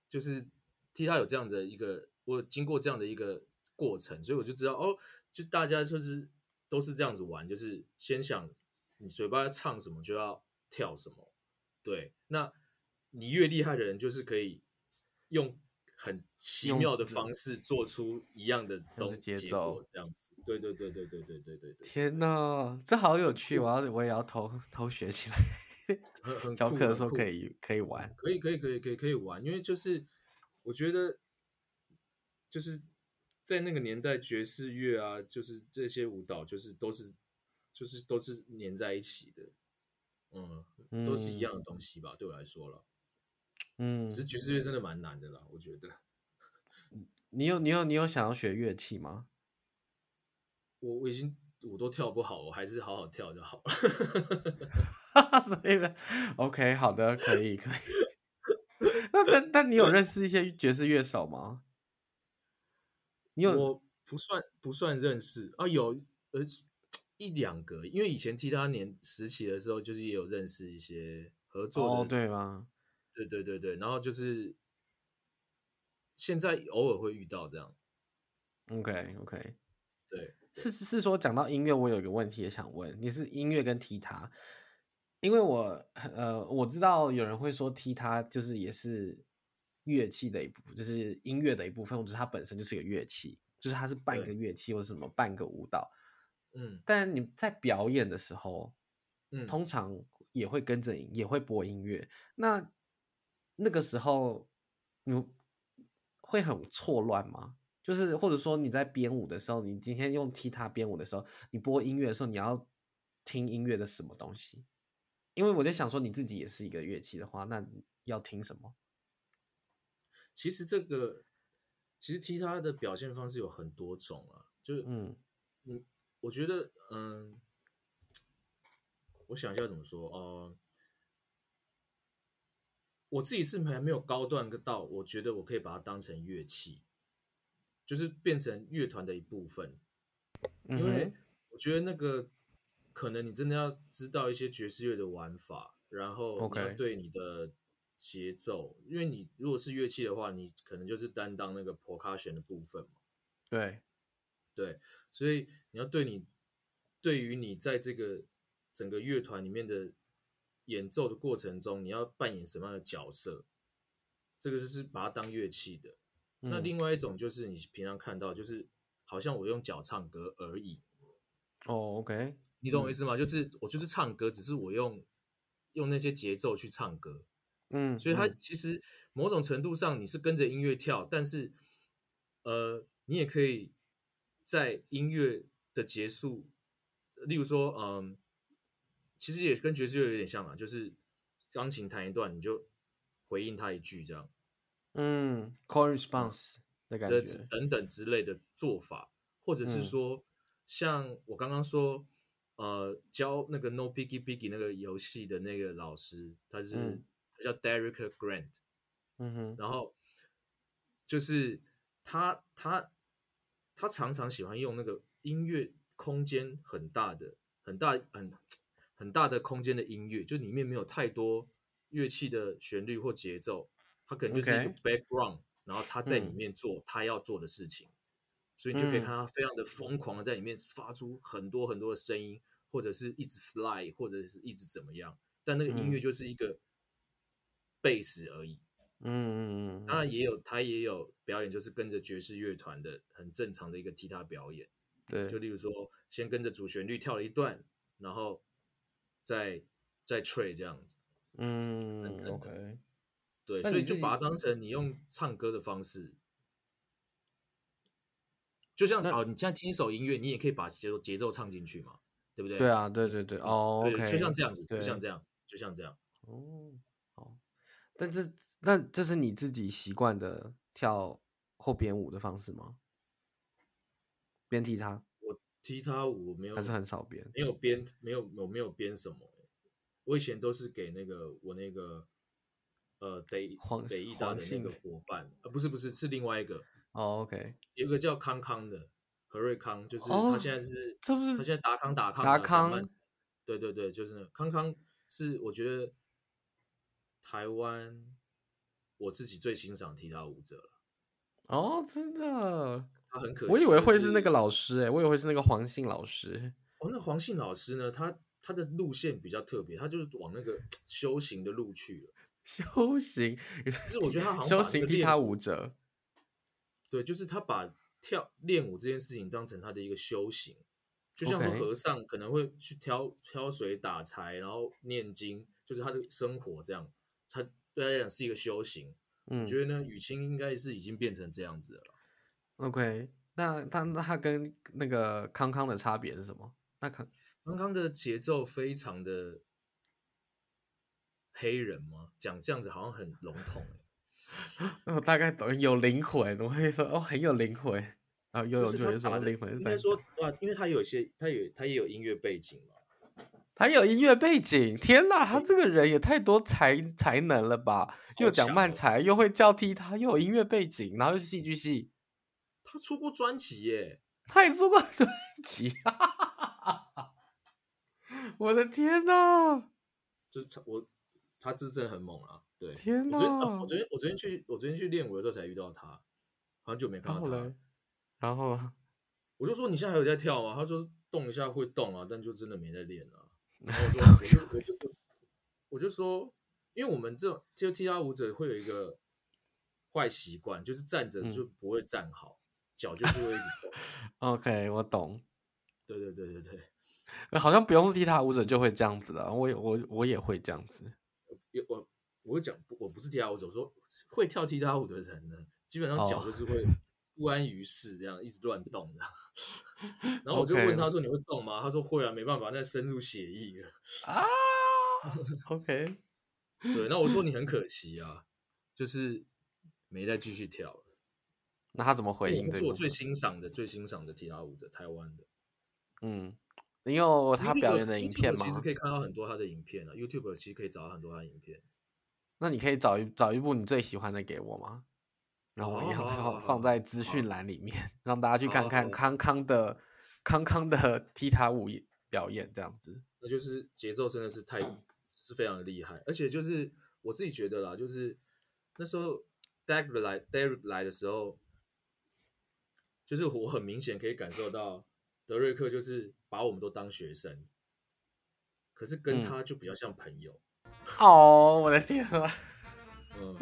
Speaker 1: 就是替他有这样的一个，我经过这样的一个过程，所以我就知道，哦，就大家就是都是这样子玩，就是先想你嘴巴要唱什么就要跳什么，对，那你越厉害的人，就是可以用很奇
Speaker 2: 用
Speaker 1: 妙的
Speaker 2: 这
Speaker 1: 方式做出一样的
Speaker 2: 样
Speaker 1: 东
Speaker 2: 的节
Speaker 1: 结
Speaker 2: 奏
Speaker 1: 果，这样子。对对对对对对对对
Speaker 2: [laughs]
Speaker 1: 对，
Speaker 2: 天呐，这好有趣，我要我也要偷偷学
Speaker 1: [laughs]
Speaker 2: 起来。
Speaker 1: 很很
Speaker 2: 教
Speaker 1: 酷
Speaker 2: 课的
Speaker 1: 很
Speaker 2: 时候
Speaker 1: 酷啊
Speaker 2: 可以可以玩，
Speaker 1: 可以可以可以可以可以玩，因为就是我觉得就是在那个年代，爵士乐啊，就是这些舞蹈，就是都是就是都是粘在一起的，嗯，都是一样的东西吧，对我来说了。
Speaker 2: 嗯
Speaker 1: 只，是爵士乐真的蛮难的啦，我觉得。
Speaker 2: 你有你有你有想要学乐器吗？ [laughs]
Speaker 1: 我我已经我都跳不好，我还是好好跳就好了。
Speaker 2: 所以呢，OK，好的，可以可以。 [laughs] 那但但你有认识一些爵士乐手吗？你有
Speaker 1: 我不算不算认识啊，有呃一两个，因为以前踢他年时期的时候，就是也有认识一些合作的，
Speaker 2: 哦，对吗？
Speaker 1: 对对对对，然后就是现在偶尔会遇到这样，
Speaker 2: ？OK OK，
Speaker 1: 对，
Speaker 2: 是是说讲到音乐，我有一个问题也想问，你是音乐跟踢踏，因为我呃我知道有人会说踢踏就是也是乐器的一部分，就是音乐的一部分，或者是它本身就是一个乐器，就是它是半
Speaker 1: 对
Speaker 2: 个乐器或者什么半个舞蹈。
Speaker 1: 嗯
Speaker 2: 但你在表演的时候，
Speaker 1: 嗯，
Speaker 2: 通常也会跟着也会播音乐，那那个时候你会很错乱吗？就是或者说你在编舞的时候，你今天用踢踏编舞的时候，你播音乐的时候，你要听音乐的什么东西？因为我在想说，你自己也是一个乐器的话，那你要听什么？
Speaker 1: 其实这个其实踢他的表现方式有很多种啊，就是
Speaker 2: 嗯
Speaker 1: 嗯，我觉得，嗯，我想一下怎么说，呃，我自己是还没有高段到，我觉得我可以把它当成乐器，就是变成乐团的一部分，
Speaker 2: 嗯
Speaker 1: 因为
Speaker 2: 哼，
Speaker 1: 我觉得那个可能你真的要知道一些爵士乐的玩法，然后你
Speaker 2: OK
Speaker 1: 要对你的节奏，因为你如果是乐器的话，你可能就是担当那个 percussion 的部分嘛。
Speaker 2: 对，
Speaker 1: 对，所以你要对你对于你在这个整个乐团里面的演奏的过程中，你要扮演什么样的角色，这个就是把它当乐器的。那
Speaker 2: 嗯
Speaker 1: 另外一种就是你平常看到，就是好像我用脚唱歌而已，
Speaker 2: 哦，OK，
Speaker 1: 你懂我意思吗？就是我就是唱歌，只是我用用那些节奏去唱歌。
Speaker 2: 嗯，
Speaker 1: 所以它
Speaker 2: 嗯
Speaker 1: 其实某种程度上你是跟着音乐跳，但是呃，你也可以在音乐的结束，例如说，嗯，其实也跟爵士乐有点像啊，就是钢琴弹一段，你就回应他一句这样，
Speaker 2: 嗯，call response 的感
Speaker 1: 的
Speaker 2: 觉，
Speaker 1: 等等之类的做法，或者是
Speaker 2: 嗯
Speaker 1: 说，像我刚刚说，呃，教那个 No Piggy Piggy 那个游戏的那个老师，他是、
Speaker 2: 嗯
Speaker 1: 他叫 Derek Grant，
Speaker 2: 嗯哼，
Speaker 1: 然后就是他他他常常喜欢用那个音乐空间很大的、很大、很很大的空间的音乐，就里面没有太多乐器的旋律或节奏，它可能就是一个
Speaker 2: OK
Speaker 1: background，然后他在里
Speaker 2: 嗯
Speaker 1: 面做他要做的事情，所以你就可以
Speaker 2: 嗯
Speaker 1: 看他非常的疯狂的在里面发出很多很多的声音，或者是一直 slide，或者是一直怎么样，但那个音乐
Speaker 2: 嗯
Speaker 1: 就是一个 bass 而已。
Speaker 2: 嗯嗯嗯，
Speaker 1: 当然也有，他也有表演，就是跟着爵士乐团的很正常的一个踢踏表演。
Speaker 2: 对，
Speaker 1: 就例如说，先跟着主旋律跳了一段，然后再再 trade 这样子。
Speaker 2: 嗯
Speaker 1: 等
Speaker 2: ，OK，
Speaker 1: 对，
Speaker 2: 那
Speaker 1: 所以
Speaker 2: 你
Speaker 1: 就
Speaker 2: 自
Speaker 1: 把它
Speaker 2: 己
Speaker 1: 当成你用唱歌的方式，就像
Speaker 2: 那
Speaker 1: 哦，你现在听一首音乐，你也可以把节奏节奏唱进去嘛，对不对？
Speaker 2: 对啊，对对对，哦
Speaker 1: 对，
Speaker 2: ，OK，
Speaker 1: 就像这样子，就
Speaker 2: 对，
Speaker 1: 像这样，就像这样。
Speaker 2: 哦，好，但这那这是你自己习惯的跳或编舞的方式吗？编踢踏
Speaker 1: 踢踏舞我没有
Speaker 2: 还是很少编？
Speaker 1: 没有编没有我没有编什么、欸我以前都是给那个我那个呃北
Speaker 2: 黄
Speaker 1: 北艺大
Speaker 2: 黄
Speaker 1: 的那
Speaker 2: 信
Speaker 1: 个伙伴，呃不是不是是另外一个，
Speaker 2: 哦，OK，
Speaker 1: 有一个叫康康的何瑞康，就是
Speaker 2: 哦
Speaker 1: 他现在是、
Speaker 2: 这不
Speaker 1: 他
Speaker 2: 是
Speaker 1: 现在达康达康
Speaker 2: 达
Speaker 1: 嘛张
Speaker 2: 康
Speaker 1: 曼对对对，就是那个康康是我觉得台湾我自己最欣赏踢踏舞者了，
Speaker 2: 哦，真的，
Speaker 1: 他很可惜，
Speaker 2: 我以为会
Speaker 1: 就是
Speaker 2: 那个老师哎、我以为会是那个黄信老师 [laughs]
Speaker 1: 哦，那黄信老师呢，他他的路线比较特别，他就是往那个修行的路去了。
Speaker 2: 修行，
Speaker 1: 是我觉得他好像
Speaker 2: 修
Speaker 1: 把那
Speaker 2: 行
Speaker 1: 个
Speaker 2: 踢
Speaker 1: 练
Speaker 2: 踏
Speaker 1: 舞
Speaker 2: 舞者，
Speaker 1: 对，就是他把跳练舞这件事情当成他的一个修行，就像说
Speaker 2: OK
Speaker 1: 和尚可能会去挑挑水打柴，然后念经，就是他的生活这样。他对他来讲是一个修行。
Speaker 2: 嗯
Speaker 1: 我觉得呢，雨清应该是已经变成这样子了啦。
Speaker 2: ，OK，那他那他跟那个康康的差别是什么？那康
Speaker 1: 刚刚的节奏非常的黑人吗？讲这样子好像很笼统、欸。
Speaker 2: 我大概懂有灵魂，我会说哦很有灵魂，啊、有有
Speaker 1: 就是
Speaker 2: 就
Speaker 1: 他
Speaker 2: 有什
Speaker 1: 打
Speaker 2: 么
Speaker 1: 的
Speaker 2: 灵魂是
Speaker 1: 应
Speaker 2: 三
Speaker 1: 该
Speaker 2: 小？
Speaker 1: 说啊，因为他有一些，他有他也有音乐背景嘛。
Speaker 2: 他有音乐背景，天呐，他这个人也太多才才能了吧！又讲
Speaker 1: 强哦
Speaker 2: 慢
Speaker 1: 了
Speaker 2: 才，又会叫踢踏，又有音乐背景，然后又是戏剧系，
Speaker 1: 他出过专辑耶，
Speaker 2: 他也出过专辑， [laughs] 我的天呐，
Speaker 1: 就是他我他是真的很猛啊。对，
Speaker 2: 天
Speaker 1: 我昨天、啊
Speaker 2: 哪
Speaker 1: 我昨天我昨天去我昨天去练舞的时候才遇到他，好久没看到
Speaker 2: 然后
Speaker 1: 他
Speaker 2: 嘞
Speaker 1: 了。，
Speaker 2: 然后啊
Speaker 1: 我就说你现在还有在跳吗？他说动一下会动啊，但就真的没在练
Speaker 2: [laughs]
Speaker 1: 啊。然后我说我就我就我就说，因为我们这种就 T R 舞者会有一个坏习惯，就是站着
Speaker 2: 嗯
Speaker 1: 就不会站好，脚就是会一直动。
Speaker 2: ，OK，我懂，呃
Speaker 1: 对对对对对。
Speaker 2: 好像不用是踢踏舞者就会这样子了，我也我我也会这样子，
Speaker 1: 有我我会讲不，我不是踢踏舞者，我说会跳踢踏舞的人呢，基本上脚
Speaker 2: 哦 [laughs]
Speaker 1: 就是会不安于世，这样一直乱动的。 [laughs] 然后我就问
Speaker 2: OK
Speaker 1: 他说：“你会动吗？”他说：“会啊，没办法，那深入血液了。 [laughs]
Speaker 2: 啊，OK，”
Speaker 1: 对，那我说你很可惜啊，就是没再继续跳了。
Speaker 2: 那他怎么回应
Speaker 1: 这
Speaker 2: 这
Speaker 1: 是
Speaker 2: 个
Speaker 1: 我
Speaker 2: 部
Speaker 1: 最
Speaker 2: 分？
Speaker 1: 欣赏的、最欣赏的踢踏舞者，台湾的。
Speaker 2: 嗯，你有他
Speaker 1: YouTube-
Speaker 2: 表演的影
Speaker 1: YouTube
Speaker 2: 片吗？
Speaker 1: 其实可以看到很多他的影片啊，YouTube 其实可以找到很多他的影片。
Speaker 2: 那你可以找一找一部你最喜欢的给我吗？然后我一
Speaker 1: 好
Speaker 2: 样
Speaker 1: 好好
Speaker 2: 放
Speaker 1: 好
Speaker 2: 放
Speaker 1: 好
Speaker 2: 在资讯
Speaker 1: 哦好哦
Speaker 2: 栏里面， [laughs] 让大家去看
Speaker 1: 好
Speaker 2: 看
Speaker 1: 好
Speaker 2: 康康的康康的踢踏舞演表演这样子。
Speaker 1: 那就是节奏真的是太是非常的厉害，而且就是我自己觉得啦，就是那时候 Derek 来 Derek 来的时候，就是我很明显可以感受到德瑞克就是把我们都当学生，可是跟
Speaker 2: 嗯
Speaker 1: 他就比较像朋友。
Speaker 2: 哦，我的天 [laughs] 啊， [laughs]
Speaker 1: 嗯，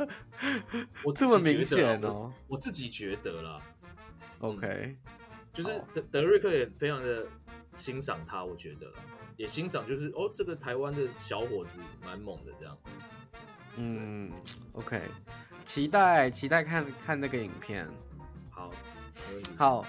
Speaker 1: 我
Speaker 2: 这
Speaker 1: 自己
Speaker 2: 么明
Speaker 1: 觉得啦啊
Speaker 2: 显哦。
Speaker 1: 我，我自己觉得啦，嗯
Speaker 2: OK，
Speaker 1: 就是
Speaker 2: 好
Speaker 1: 德德瑞克也非常的欣赏他，我觉得啦也欣赏就是哦，这个台湾的小伙子蛮猛的这样。
Speaker 2: 嗯，OK，期待期待看看那个影片。
Speaker 1: 好，没问题。
Speaker 2: 好。